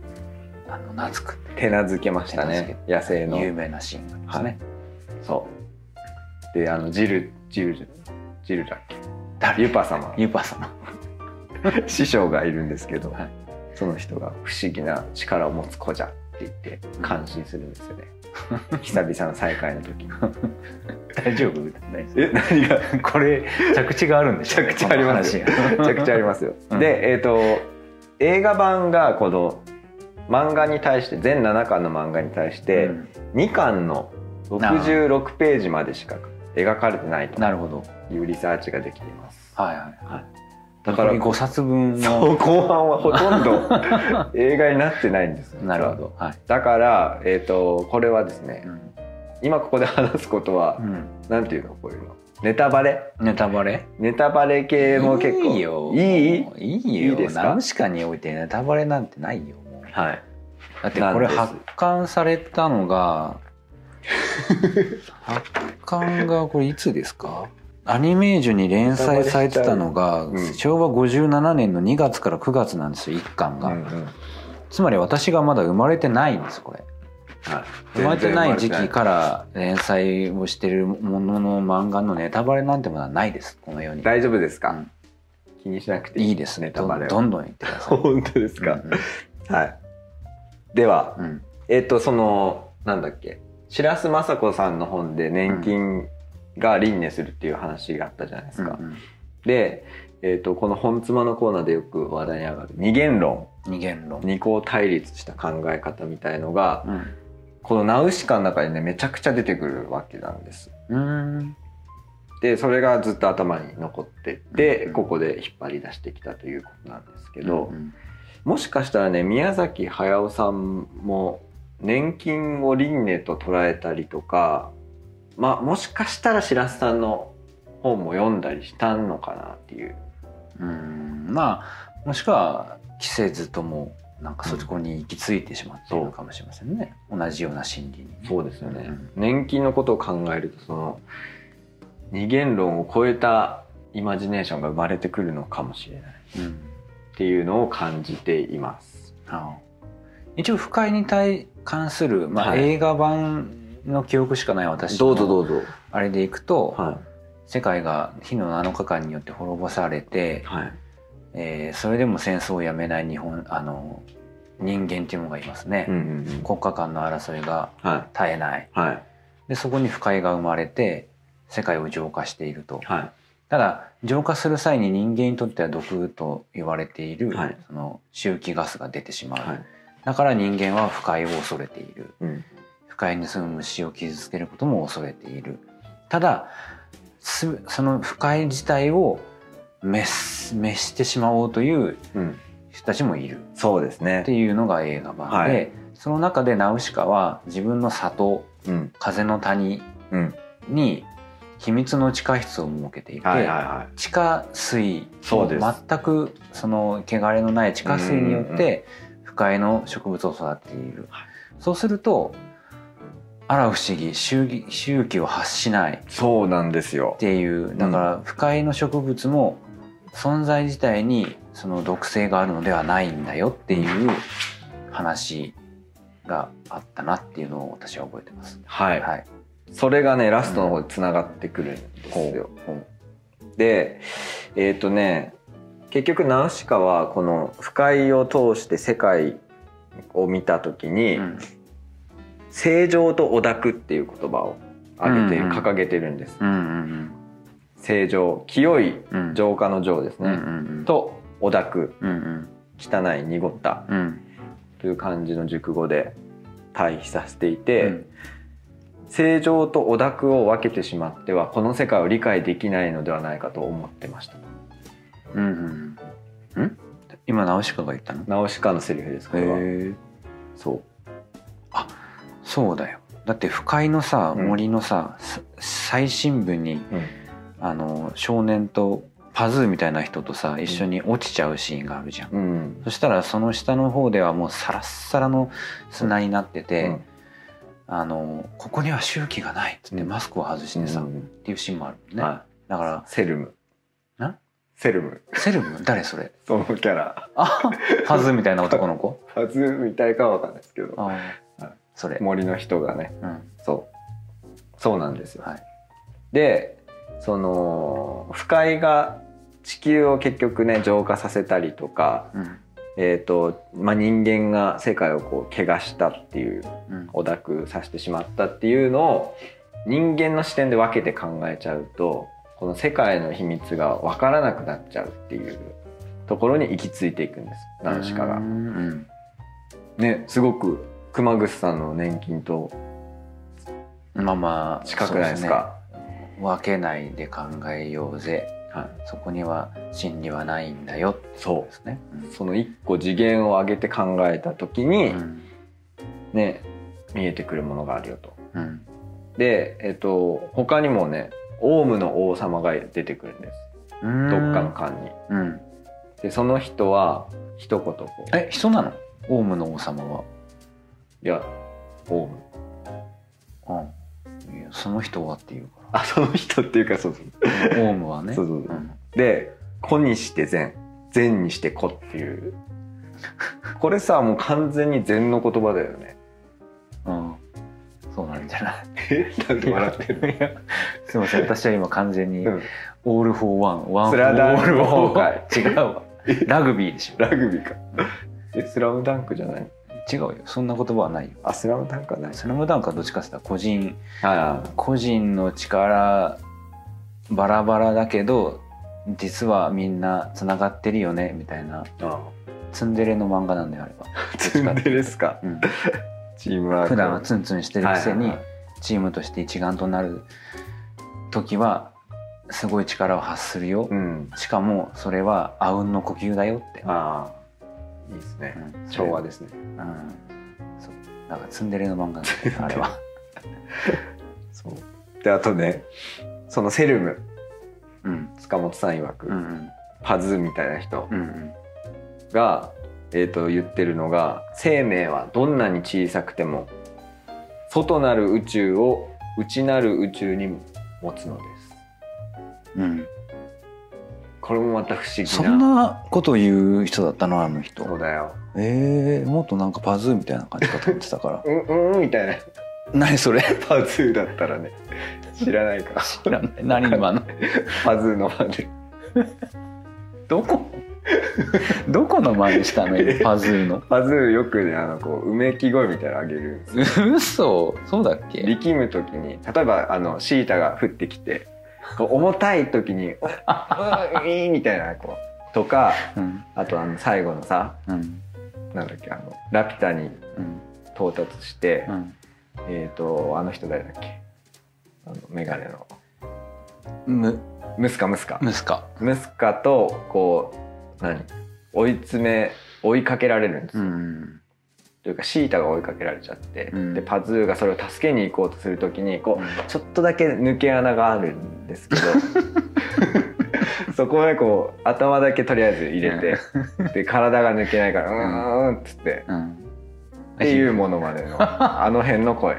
Speaker 1: あの懐くって
Speaker 2: 手なずけましたね
Speaker 1: 手
Speaker 2: 野生の
Speaker 1: 有名なシーンがありますね、
Speaker 2: そう。で、あの、ジル、ジルじゃ、ジルだっけ
Speaker 1: 誰
Speaker 2: ユパ様、
Speaker 1: ユパ様
Speaker 2: 師匠がいるんですけど、
Speaker 1: はい
Speaker 2: その人が不思議な力を持つ子じゃっ言って感心するんです よね、久々の再会の時に
Speaker 1: 大丈夫みたいな
Speaker 2: え何が
Speaker 1: これ着地があるんでしょ
Speaker 2: 着地あります
Speaker 1: この話
Speaker 2: めち ゃくちゃありますよ、
Speaker 1: うん
Speaker 2: でえっ、と映画版がこの漫画に対して全7巻の漫画に対して
Speaker 1: うん
Speaker 2: 2巻の66ページまでしか描かれてないと
Speaker 1: なるほど
Speaker 2: いうリサーチができています
Speaker 1: はいはいはい
Speaker 2: だ
Speaker 1: だ
Speaker 2: か
Speaker 1: からら5冊分
Speaker 2: そう
Speaker 1: の
Speaker 2: 後半はほとんど 映画になってないんですよ
Speaker 1: なるほどはい、
Speaker 2: だから、えー、とこれはですね
Speaker 1: うん
Speaker 2: 今ここで話すことは
Speaker 1: うん
Speaker 2: なんていうのこういうのネタバレ
Speaker 1: ネタバレ
Speaker 2: ネタバレ系も結構
Speaker 1: いいよ
Speaker 2: いい
Speaker 1: いい
Speaker 2: いい
Speaker 1: よ
Speaker 2: ですか
Speaker 1: ナウシカにおいてネタバレなんてないよもう
Speaker 2: はい
Speaker 1: だってこれ
Speaker 2: なんです
Speaker 1: 発刊されたの が発刊がこれいつですかアニメージュに連載されてたのが、
Speaker 2: うん
Speaker 1: 昭和57年の2月から9月なんですよ1巻が、
Speaker 2: うんうん
Speaker 1: つまり私がまだ生まれてないんですこれ
Speaker 2: はい
Speaker 1: 生まれてない時期から連載をしてるものの漫画のネタバレなんてものはないですこの世に
Speaker 2: 大丈夫ですか、
Speaker 1: うん
Speaker 2: 気にしなくていい
Speaker 1: いいですね
Speaker 2: ネタ
Speaker 1: ど
Speaker 2: バレ
Speaker 1: ん
Speaker 2: は
Speaker 1: どんどん言ってください
Speaker 2: 本当ですか、はいでは
Speaker 1: うんうん
Speaker 2: えっ、とそのなんだっけ白洲雅子さんの本で年金が輪廻するっていう話があったじゃないですか、
Speaker 1: うんうん
Speaker 2: で、えっとこの本妻のコーナーでよく話題に上がる二元論
Speaker 1: 二元論、
Speaker 2: 二項対立した考え方みたいのが
Speaker 1: うん
Speaker 2: この「ナウシカ」の中にねめちゃくちゃ出てくるわけなんです。
Speaker 1: うーん
Speaker 2: でそれがずっと頭に残ってって、
Speaker 1: うん
Speaker 2: ここで引っ張り出してきたということなんですけど、
Speaker 1: うんうん
Speaker 2: もしかしたらね宮崎駿さんも年金を輪廻と捉えたりとかまあもしかしたら白洲さんの本も読んだりしたのかなっていう
Speaker 1: うーんまあもしくは着せずともなんかそこに行き着いてしまっているのかもしれませんね、同じような心理にね、
Speaker 2: そうですよね、
Speaker 1: うん
Speaker 2: 年金のことを考えるとその二元論を超えたイマジネーションが生まれてくるのかもしれない
Speaker 1: うん
Speaker 2: っていうのを感じています。
Speaker 1: ああ一応不快に対関する、まあ
Speaker 2: はい
Speaker 1: 映画版の記憶しかない私
Speaker 2: どうぞど
Speaker 1: の
Speaker 2: うぞ。
Speaker 1: あれでいくと、
Speaker 2: は
Speaker 1: 世界が火の7日間によって滅ぼされて
Speaker 2: い。、はい。
Speaker 1: えーそれでも戦争をやめない日本あの人間っていうのがいますね、
Speaker 2: うんうんうん。
Speaker 1: 国家間の争いが
Speaker 2: はい。
Speaker 1: 絶えない
Speaker 2: はい。
Speaker 1: でそこに不快が生まれて世界を浄化していると、
Speaker 2: は
Speaker 1: ただ浄化する際に人間にとっては毒と言われている、
Speaker 2: はい
Speaker 1: その周期ガスが出てしま
Speaker 2: い。
Speaker 1: う、
Speaker 2: はい。
Speaker 1: だから人間は不快を恐れている
Speaker 2: うん。
Speaker 1: 不快に住む虫を傷つけることも恐れているただすその不快自体を滅す滅してしまおうという
Speaker 2: うん。
Speaker 1: 人たちもいる
Speaker 2: そうですね
Speaker 1: って。いうのが映画版で、
Speaker 2: は
Speaker 1: その中でナウシカは自分の里
Speaker 2: うん。
Speaker 1: 風の谷
Speaker 2: うん。
Speaker 1: に秘密の地下室を設けていて、
Speaker 2: はいはいはい。
Speaker 1: 地下水
Speaker 2: そうです
Speaker 1: 全くその汚れのない地下水によって不快の植物を育てている、
Speaker 2: はい
Speaker 1: そうするとあら不思議周期周期を発しないっ
Speaker 2: そうなんですよ。
Speaker 1: ていうだから不快の植物も存在自体にその毒性があるのではないんだよっていう話があったなっていうのを私は覚えてます。
Speaker 2: はい。
Speaker 1: はい、
Speaker 2: それがね、ラストの方に繋がってくるんですよ。で、えっ、とね、結局ナウシカはこの不快を通して世界を見たときに、
Speaker 1: うん
Speaker 2: 正常とオダクっていう言葉を挙げて、
Speaker 1: うんうん
Speaker 2: 掲げてるんです。
Speaker 1: うんうん
Speaker 2: 正常清い
Speaker 1: うんうん
Speaker 2: 浄化の浄ですね、
Speaker 1: うんうんうん
Speaker 2: とお濁
Speaker 1: うんうん
Speaker 2: 汚い濁った
Speaker 1: うん
Speaker 2: という漢字の熟語で対比させていうて、
Speaker 1: ん
Speaker 2: 正常とお濁を分けてしまってはこの世界を理解できないのではないかと思ってました
Speaker 1: うんうんうん。ん今ナウシカが言ったの
Speaker 2: ナウシカのセリフですこれは
Speaker 1: へえ
Speaker 2: そう
Speaker 1: そうだよだって不快のさ
Speaker 2: うん
Speaker 1: 森のさ、さ最深部に、
Speaker 2: うん
Speaker 1: あの少年とパズーみたいな人とさ一緒に落ちちゃうシーンがあるじゃん、
Speaker 2: うん、
Speaker 1: そしたらその下の方ではもうサラッサラの砂になってて、
Speaker 2: うん
Speaker 1: あのここには周期がないっつって
Speaker 2: うん
Speaker 1: マスクを外してさ、っ
Speaker 2: うん
Speaker 1: ていうシーンもあるもんね、
Speaker 2: は
Speaker 1: だから
Speaker 2: いセルム
Speaker 1: な
Speaker 2: セルム
Speaker 1: セルム誰そ れ
Speaker 2: そのキャラ
Speaker 1: あパズーみたいな男の子
Speaker 2: はずみたいかはわかんないですけど
Speaker 1: あ
Speaker 2: はい
Speaker 1: あそれ、
Speaker 2: 森の人がね
Speaker 1: うん、
Speaker 2: そうそうなんですよ
Speaker 1: はい
Speaker 2: でその不快が地球を結局ね浄化させたりとか
Speaker 1: うん
Speaker 2: えーとまあ、人間が世界をこう怪我したっていう
Speaker 1: うん
Speaker 2: お濁させてしまったっていうのを人間の視点で分けて考えちゃうとこの世界の秘密が分からなくなっちゃうっていうところに行き着いていくんですナウシカ
Speaker 1: う
Speaker 2: が。
Speaker 1: んうん
Speaker 2: ねすごく熊楠さんの年金と
Speaker 1: まあまあ
Speaker 2: 近くないですか
Speaker 1: そうですね分けないで考えようぜ
Speaker 2: はい
Speaker 1: そこには真理はないんだよってこと
Speaker 2: そ
Speaker 1: ですね、
Speaker 2: うその一個次元を上げて考えた時
Speaker 1: う
Speaker 2: に、
Speaker 1: ん
Speaker 2: ね見えてくるものがあるよと。
Speaker 1: うん
Speaker 2: でえっ、と他にもねオウムの王様が出てくるんです
Speaker 1: うん
Speaker 2: どっかの間に。
Speaker 1: うん
Speaker 2: でその人は一言こう
Speaker 1: え人なのオウムの王様はい
Speaker 2: や、オウム。
Speaker 1: うんいやその人はっていうか
Speaker 2: あ、その人っていうか、そうそう。
Speaker 1: らオウムはね
Speaker 2: そうそうそう
Speaker 1: うん
Speaker 2: で、子にして善、善にして子っていう。これさ、もう完全に善の言葉だよね。
Speaker 1: うん、そうなんじゃない
Speaker 2: え なんで笑ってる
Speaker 1: いや すいません私は今完全に、
Speaker 2: うん
Speaker 1: オール・フォー・ワンワン・
Speaker 2: スラダン
Speaker 1: オール・フォー・ワン
Speaker 2: 崩
Speaker 1: 違うわラグビーでしょ
Speaker 2: ラグビーか。え、スラムダンクじゃない
Speaker 1: 違うよそんな言葉はないよ
Speaker 2: あ、スラムダンクはない。
Speaker 1: スラムダンクはどっちかって言ったら個人
Speaker 2: ああ、
Speaker 1: 個人の力バラバラだけど実はみんなつながってるよねみたいな
Speaker 2: あ
Speaker 1: ツンデレの漫画なんだよあれは、
Speaker 2: あ。ツンデレっすか。
Speaker 1: うん、
Speaker 2: チームワーク。
Speaker 1: 普段はツンツンしてるくせに、
Speaker 2: はいはいはい
Speaker 1: チームとして一丸となる時はすごい力を発するよ、
Speaker 2: うん。
Speaker 1: しかもそれはあうんの呼吸だよって、
Speaker 2: ああ、いいですね
Speaker 1: う。ん
Speaker 2: 昭和ですね。
Speaker 1: うんそうなんかツンデレの漫画なんだよあれは、
Speaker 2: そう。で、あとね、そのセルム、
Speaker 1: うん、
Speaker 2: 塚本さん曰く、
Speaker 1: うんうん
Speaker 2: パズーみたいな人。
Speaker 1: うんうん
Speaker 2: が、えー、と言ってるのが生命はどんなに小さくても外なる宇宙を内なる宇宙に持つのです
Speaker 1: うん
Speaker 2: これもまた不思議な
Speaker 1: そんなこと言う人だったのあの人
Speaker 2: そうだよ
Speaker 1: えー、もっとなんかパズーみたいな感じかと思ってたから
Speaker 2: うんうんみたいな
Speaker 1: 何それ
Speaker 2: パズーだったらね知らないか
Speaker 1: 知らない何今の
Speaker 2: パズーのファンで
Speaker 1: どこ どこの真似したの今パズーの
Speaker 2: パズーよくねあのこううめき声みたいなのあげるんですよ
Speaker 1: 嘘そうだっけ
Speaker 2: 力む時に例えばあのシータが降ってきてこう重たい時に「おうんいい」みたいなこうとか
Speaker 1: うん
Speaker 2: あとあの最後のさ
Speaker 1: うん
Speaker 2: なんだっけあのラピュタに
Speaker 1: うん
Speaker 2: 到達して、
Speaker 1: うん
Speaker 2: えっ、とあの人誰だっけあのメガネの
Speaker 1: む
Speaker 2: ムスカムスカ
Speaker 1: むすか
Speaker 2: ムスカとこう何追い詰め追いかけられるんですよ、
Speaker 1: ん
Speaker 2: というかシータが追いかけられちゃって、
Speaker 1: うん
Speaker 2: でパズーがそれを助けに行こうとするときにこうちょっとだけ抜け穴があるんですけどそこへこう頭だけとりあえず入れて、で体が抜けないからうーんっつって。
Speaker 1: うん
Speaker 2: っていうものまでのあの辺の声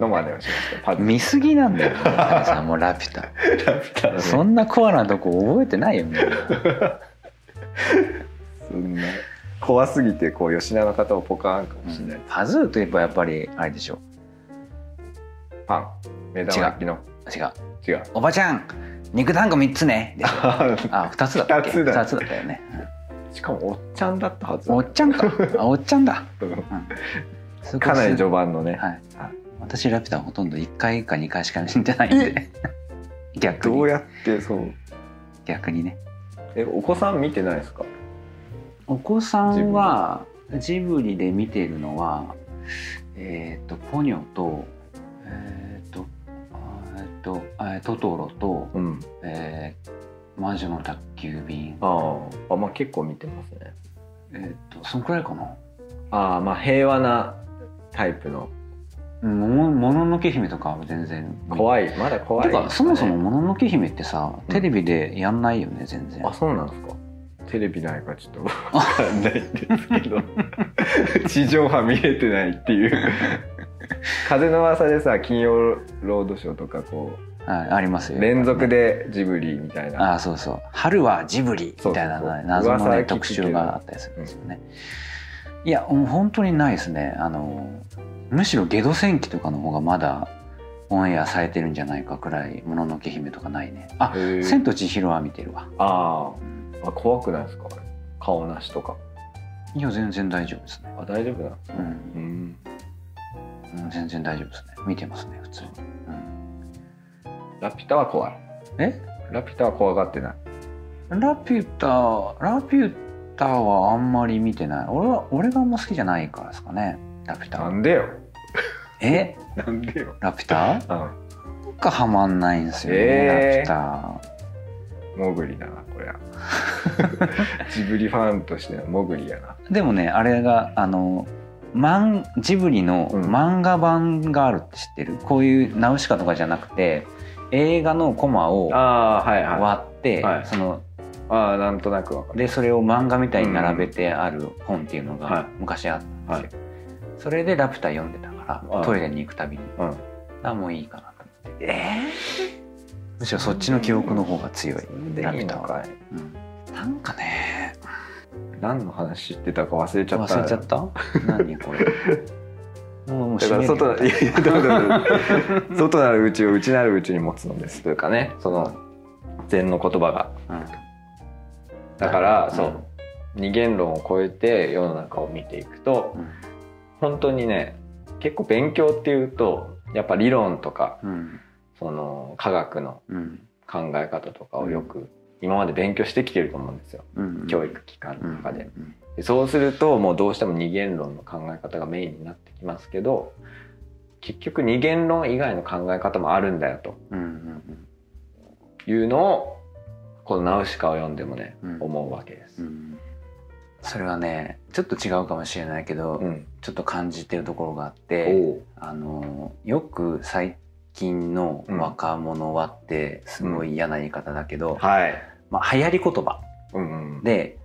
Speaker 2: のまでをしましたパズ
Speaker 1: 見すぎなんだよ、ね、さもうラピュタ
Speaker 2: ラピュタのね
Speaker 1: そんなコアなとこ覚えてないよみんな
Speaker 2: そんな怖すぎてこう吉永方をポカーンかもしれない、
Speaker 1: パズーといえばやっぱりあれでしょ
Speaker 2: パン目玉焼きの
Speaker 1: 違う
Speaker 2: 違う
Speaker 1: おばちゃん肉団子3つねでしょあ二つだったっけ
Speaker 2: 二つだ
Speaker 1: 二つだったよね、
Speaker 2: しかもおっちゃんだったはず
Speaker 1: うんおっちゃん かあおっちゃんだすごい
Speaker 2: かなり序盤のね、
Speaker 1: はい
Speaker 2: はい
Speaker 1: 私ラピュタほとんど1回か2回しか見てないんで 逆
Speaker 2: どう
Speaker 1: に
Speaker 2: やってそう
Speaker 1: 逆にね
Speaker 2: えお子さん見てないですか
Speaker 1: お子さんはジブリで見てるのはえっ、とポニョとえっ、とえっ、とえートトロと
Speaker 2: うん
Speaker 1: えー、魔女の宅急便、
Speaker 2: あああまあ結構見てますね
Speaker 1: えーっとそんくらいかな
Speaker 2: ああまあ平和なタイプの
Speaker 1: うんももののけ姫とかは全然
Speaker 2: 怖いまだ怖い
Speaker 1: てかそもそももののけ姫ってさテレビでやんないよね全然、
Speaker 2: あそうなんですかテレビないからち ょっとわかんないんですけど 地上波見れてないっていう 風の噂でさ金曜ロードショーとかこ
Speaker 1: はい、あります
Speaker 2: う
Speaker 1: よ
Speaker 2: 連続でジブリみたいな
Speaker 1: あそうそう春はジブリみたいな
Speaker 2: そうそうそう
Speaker 1: 謎の、
Speaker 2: 噂は聞
Speaker 1: ね、
Speaker 2: くけど
Speaker 1: 特集があったりするんですよね、いやもう本当にないですねあのむしろ「ゲド戦記」とかの方がまだオンエアされてるんじゃないかくらい「もののけ姫」とかないねあ
Speaker 2: へー
Speaker 1: 千と千尋」は見てるわ
Speaker 2: あーあ怖くないですかあれ顔なしとか
Speaker 1: いや全然大丈夫ですね
Speaker 2: あ大丈夫だ
Speaker 1: うん
Speaker 2: うん
Speaker 1: うん全然大丈夫ですね見てますね普通に、
Speaker 2: ラピュタは怖い
Speaker 1: うん、え
Speaker 2: ラピュタは怖がってない
Speaker 1: ラピュタラピュタはあんまり見てない俺は俺があんま好きじゃないからですかねラピュ
Speaker 2: な
Speaker 1: タ
Speaker 2: んでよ
Speaker 1: え
Speaker 2: なんでよ、
Speaker 1: ラピュタ
Speaker 2: うん、
Speaker 1: なんかハマんないんですよね、
Speaker 2: えー
Speaker 1: ラピュ
Speaker 2: モグリだな こりゃジブリファンとしてのモグリやな
Speaker 1: タでもねあれがあのマンジブリの
Speaker 2: うん
Speaker 1: 漫画版があるって知ってる、こういうナウシカとかじゃなくて映画のコマを
Speaker 2: ああはいはい
Speaker 1: 割って、
Speaker 2: はい
Speaker 1: その
Speaker 2: ああなんとなくわかる
Speaker 1: でそれを漫画みたいに並べてある本っていうの
Speaker 2: はい
Speaker 1: が昔あったんですよ、それで「ラピュタ」読んでたから
Speaker 2: はい
Speaker 1: トイレに行くたびに
Speaker 2: うん
Speaker 1: あもういいかなと思ってむしろそっちの記憶の方が強い、
Speaker 2: で
Speaker 1: ラピ
Speaker 2: いい
Speaker 1: ュタ
Speaker 2: の
Speaker 1: は、
Speaker 2: かい
Speaker 1: うん、なんかね
Speaker 2: 何の話してたか忘れちゃった
Speaker 1: 忘れちゃった 何これもうもう
Speaker 2: だか
Speaker 1: 閉
Speaker 2: ら
Speaker 1: め
Speaker 2: 外
Speaker 1: る
Speaker 2: ないやいやどうぞどうぞ外なるうちを内なるうちに持つのですというかねその禅の言葉が
Speaker 1: うん
Speaker 2: だから、
Speaker 1: うん
Speaker 2: そう二元論を超えて世の中を見ていくと本当にね結構勉強っていうとやっぱ理論とか
Speaker 1: うん
Speaker 2: その科学の
Speaker 1: うん
Speaker 2: 考え方とかをよく今まで勉強してきてると思うんですよ
Speaker 1: うん
Speaker 2: 教育機関
Speaker 1: う
Speaker 2: の
Speaker 1: ん
Speaker 2: 中で。
Speaker 1: うん
Speaker 2: でそうするともうどうしても二元論の考え方がメインになってきますけど結局二元論以外の考え方もあるんだよと
Speaker 1: うんうん
Speaker 2: いうのをこの「ナウシカ」を読んでもね
Speaker 1: うんうん
Speaker 2: 思うわけです。
Speaker 1: う
Speaker 2: うん
Speaker 1: んそれはねちょっと違うかもしれないけど、ちょっと感じてるところがあって
Speaker 2: おう
Speaker 1: あのよく最近の若者はってすごい嫌な言い方だけど、
Speaker 2: はい、
Speaker 1: まあ、流行り言葉
Speaker 2: うんうん、
Speaker 1: で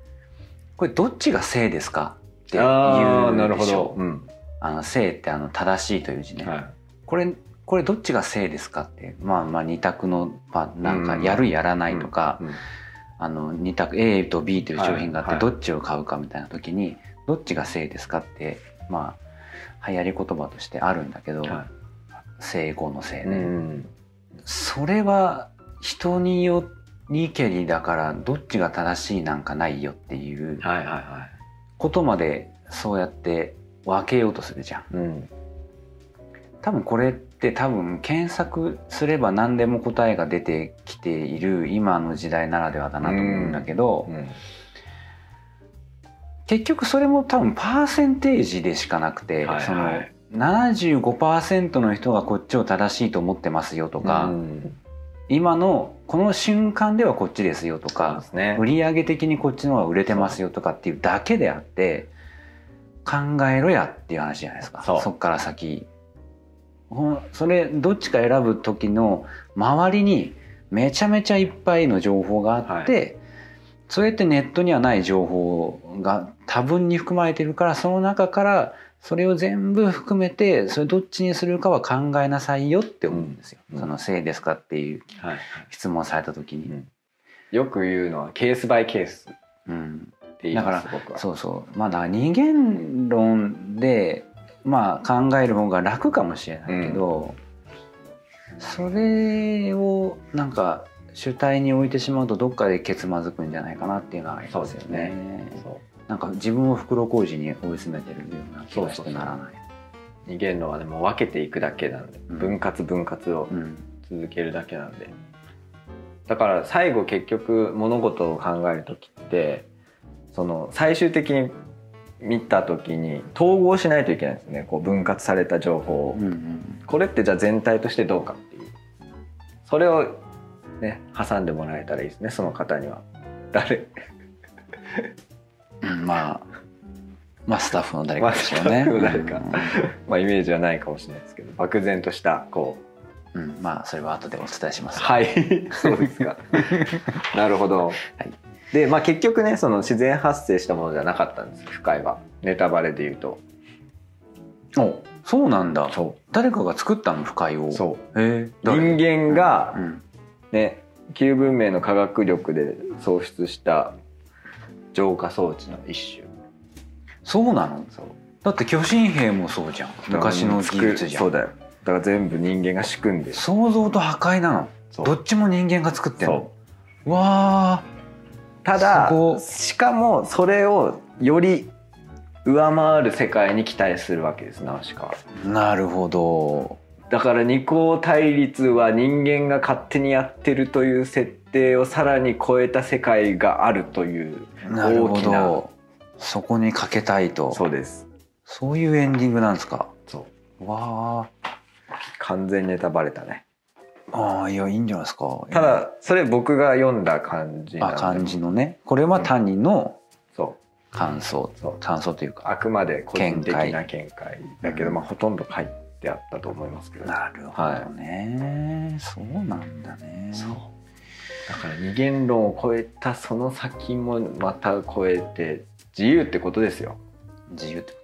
Speaker 1: これどっちが正ですかって言
Speaker 2: あーな
Speaker 1: う
Speaker 2: る
Speaker 1: で
Speaker 2: ほ
Speaker 1: し
Speaker 2: ど
Speaker 1: ょ、
Speaker 2: うん
Speaker 1: あの正ってあの正しいという字ね、
Speaker 2: は
Speaker 1: これこれどっちが正ですかってまあまあ二択の、まあ、なんか
Speaker 2: うん
Speaker 1: やるやらないとか、
Speaker 2: いうん
Speaker 1: あの二択 A と B という商品があって、
Speaker 2: はいは
Speaker 1: ど
Speaker 2: い
Speaker 1: っちを買うかみたいな時にどっちが正ですかってまあ流行り言葉としてあるんだけど、
Speaker 2: は
Speaker 1: 正語の正
Speaker 2: いうん
Speaker 1: ね、
Speaker 2: うん
Speaker 1: それは人によにけりだからどっちが正しいなんかないよっていう
Speaker 2: はいはいは
Speaker 1: ことまでそうやって分けようとするじゃん。
Speaker 2: い、うん、
Speaker 1: 多分これって多分検索すれば何でも答えが出てきている今の時代ならではだなと思うんだけど、
Speaker 2: うん
Speaker 1: 結局それも多分パーセンテージでしかなくて、
Speaker 2: はいはい
Speaker 1: その75%の人がこっちを正しいと思ってますよとか、
Speaker 2: うん
Speaker 1: 今のこの瞬間ではこっちですよと
Speaker 2: そうで
Speaker 1: か、
Speaker 2: すね
Speaker 1: 売上的にこっちの方が売れてますよとかっていうだけであって考えろやっていう話じゃないですか
Speaker 2: そう
Speaker 1: っから先ほんそれどっちか選ぶ時の周りにめちゃめちゃいっぱいの情報があって、それってネットにはない情報が多分に含まれてるからその中からそれを全部含めてそれどっちにするかは考えなさいよって思うんですよ、
Speaker 2: うんうん
Speaker 1: そのせいですかっていう
Speaker 2: はい
Speaker 1: 質問された時に、
Speaker 2: うんよく言うのはケースバイケース
Speaker 1: うん、
Speaker 2: って言います
Speaker 1: だ
Speaker 2: 僕は
Speaker 1: そうそうまあだから二元論で、まあ、考える方が楽かもしれないけど、それをなんか主体に置いてしまうとどっかでけつまずくんじゃないかなっていうのはありますよ
Speaker 2: そうで
Speaker 1: ね
Speaker 2: す。そう
Speaker 1: なんか自分を袋小路に追い詰めてるような気がしてならない。
Speaker 2: 二元論はねもう分けていくだけなんで
Speaker 1: うん
Speaker 2: 分割分割を
Speaker 1: うん
Speaker 2: 続けるだけなんでだから最後結局物事を考える時ってその最終的に見た時に統合しないといけないんですねこう分割された情報を
Speaker 1: うんうん
Speaker 2: これってじゃあ全体としてどうかっていうそれをね挟んでもらえたらいいですねその方には誰
Speaker 1: うんまあまあスタッフの誰かでしょうね。
Speaker 2: まあスタッフの誰かまあイメージはないかもしれないですけど漠然としたこう
Speaker 1: うんうんまあそれは後でお伝えします。
Speaker 2: はいそうですか なるほど、
Speaker 1: い
Speaker 2: で、まあ、結局ねその自然発生したものじゃなかったんです深いはネタバレで言うと
Speaker 1: おそうなんだ。
Speaker 2: そ
Speaker 1: 誰かが作ったの不快を。う。
Speaker 2: そ
Speaker 1: へえ。
Speaker 2: う
Speaker 1: 誰
Speaker 2: 人間
Speaker 1: う
Speaker 2: が
Speaker 1: ん
Speaker 2: ね旧文明の科学力で創出した浄化装置の一種
Speaker 1: そうなの
Speaker 2: そう
Speaker 1: だって巨神兵もそうじゃん昔の技術じゃ
Speaker 2: そうんだよだから全部人間が仕組んでる
Speaker 1: 想像と破壊なの
Speaker 2: そう
Speaker 1: どっちも人間が作ってん
Speaker 2: そ
Speaker 1: のわ
Speaker 2: ただ
Speaker 1: すごっ
Speaker 2: しかもそれをより上回る世界に期待するわけですナウシカは
Speaker 1: なるほど
Speaker 2: だから二項対立は人間が勝手にやってるという設定をさらに超えた世界があるという
Speaker 1: なるほ
Speaker 2: 大きな
Speaker 1: どそこにかけたいと
Speaker 2: そうです
Speaker 1: そういうエンディングなんですか
Speaker 2: そう
Speaker 1: わ
Speaker 2: 完全にネタバレたね
Speaker 1: あああいやいいんじゃないですか
Speaker 2: ただそれ僕が読んだ感じなん
Speaker 1: あ
Speaker 2: で
Speaker 1: 感じのねこれは単人の
Speaker 2: そ
Speaker 1: 感想、
Speaker 2: うそう
Speaker 1: 感想というか
Speaker 2: あくまで個人的な
Speaker 1: 見
Speaker 2: 見解だけど、
Speaker 1: うん
Speaker 2: まあ、ほとんど書いてあったと思いますけど
Speaker 1: なるほどね、そうなんだね
Speaker 2: そうだから二元論を超えたその先もまた超えて自由ってことですよ。
Speaker 1: 自由ってこ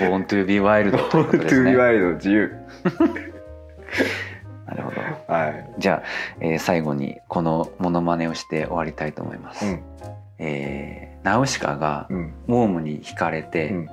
Speaker 1: と Born to be wild
Speaker 2: ト
Speaker 1: ということですね
Speaker 2: ワイド自由。
Speaker 1: なるほど
Speaker 2: はい。
Speaker 1: じゃあ、えー最後にこのモノマネをして終わりたいと思います、
Speaker 2: うん
Speaker 1: えーナウシカが
Speaker 2: うん
Speaker 1: モームに惹かれて、
Speaker 2: うん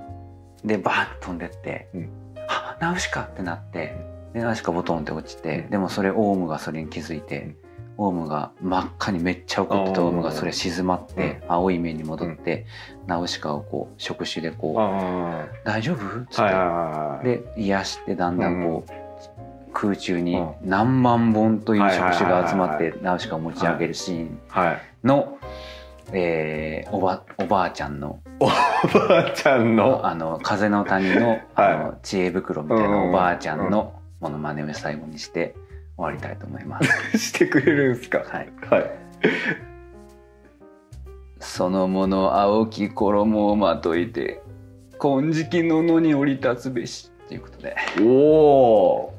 Speaker 1: でバーッと飛んでって
Speaker 2: うん
Speaker 1: 「あナウシカ!」ってなってでナウシカボトンって落ちて、
Speaker 2: うん
Speaker 1: でもそれオウムがそれに気づいて、オウムが真っ赤にめっちゃ怒ってた
Speaker 2: あー
Speaker 1: オウムがそれ静まって、青い目に戻って、ナウシカをこう触手でこ
Speaker 2: あ
Speaker 1: う「大丈夫?」っつって、
Speaker 2: あ。はいはいはい。
Speaker 1: で癒してだんだんこう、空中に
Speaker 2: うん
Speaker 1: 何万本という
Speaker 2: はいはい
Speaker 1: 触
Speaker 2: は
Speaker 1: 手
Speaker 2: い
Speaker 1: が集まっ
Speaker 2: は
Speaker 1: てナウシカを持ち上げるシーン
Speaker 2: はい。
Speaker 1: の、えーおばおばあちゃんの
Speaker 2: おばあちゃんの。
Speaker 1: あの風の谷のあ
Speaker 2: はい
Speaker 1: の、知恵袋みたい
Speaker 2: うんうん
Speaker 1: な
Speaker 2: うん
Speaker 1: おばあちゃんのモノマネを最後にして終わりたいと思います。
Speaker 2: してくれるんですか。
Speaker 1: はい、
Speaker 2: はい。
Speaker 1: そのもの青き衣をまといて金色の野に降り立つべしということで
Speaker 2: おお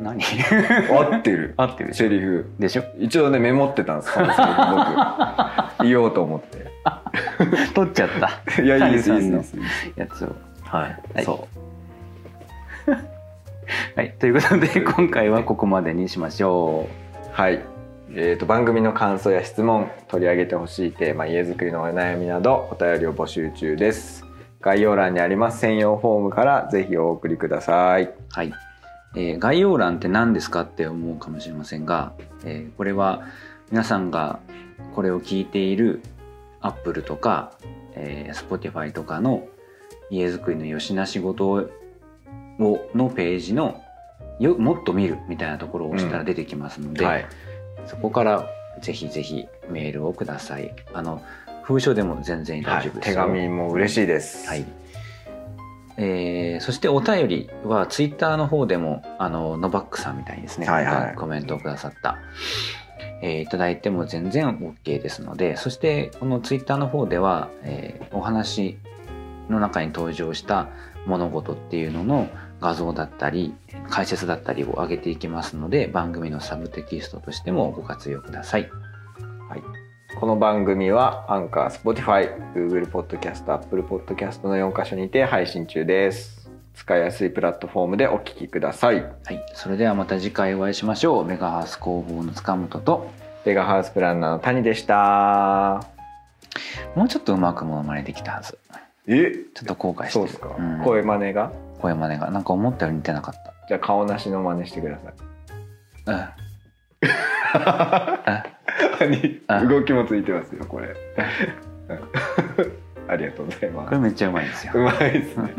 Speaker 1: 何
Speaker 2: ー。合ってる。
Speaker 1: 合ってるでしょ
Speaker 2: セリフ。
Speaker 1: でしょ
Speaker 2: 一応ねメモってたんです完全に 僕言おうと思って。
Speaker 1: 取っちゃった
Speaker 2: いやいいですい
Speaker 1: 谷
Speaker 2: い
Speaker 1: さんの
Speaker 2: ですいいです。
Speaker 1: やつを。
Speaker 2: はい
Speaker 1: はい
Speaker 2: そう。
Speaker 1: はい、ということで今回はここまでにしましょ。
Speaker 2: はい。えー、と番組の感想や質問取り上げてほしいテーマ家づくりのお悩みなどお便りを募集中です概要欄にあります専用フォームからぜひお送りくださいう
Speaker 1: はいえー概要欄って何ですかって思うかもしれませんが、えーこれは皆さんがこれを聞いている Apple とか、えー Spotify とかの家づくりのよしな仕事をのページのよもっと見るみたいなところを押したら出てきますので、
Speaker 2: はい、
Speaker 1: そこからぜひぜひメールをください。あの封書でも全然大丈夫です
Speaker 2: 手
Speaker 1: よ、
Speaker 2: 紙も嬉しいです
Speaker 1: はい。えーそしてお便りはツイッターの方でもあのノバックさんみたいにですね、
Speaker 2: はいはい
Speaker 1: コメントをくださった、えーいただいても全然 OK ですのでそしてこのツイッターの方では、えーお話の中に登場した物事っていうのの画像だったり解説だったりを上げていきますので番組のサブテキストとしてもご活用ください。
Speaker 2: この番組はアンカー Spotify、Google ポッドキャスト、Apple ポッドキャストの4箇所にて配信中です使いやすいプラットフォームでお聞きください
Speaker 1: はい、それではまた次回お会いしましょう。メガハース工房の塚本と
Speaker 2: ベガハウスプランナーの谷でした
Speaker 1: もうちょっとうまくモノマネできたはず
Speaker 2: え
Speaker 1: ちょっと後悔して
Speaker 2: そう
Speaker 1: る
Speaker 2: ですか、
Speaker 1: ん
Speaker 2: 声
Speaker 1: 声
Speaker 2: 真似が
Speaker 1: マネがなんか思ったより似てなかっ
Speaker 2: じゃあ顔なしの真似してください
Speaker 1: たうん あ
Speaker 2: に
Speaker 1: あ
Speaker 2: 動きもついてますよこれ ありがとうございま
Speaker 1: これめっちゃうまいんです
Speaker 2: すう
Speaker 1: よ
Speaker 2: まいですね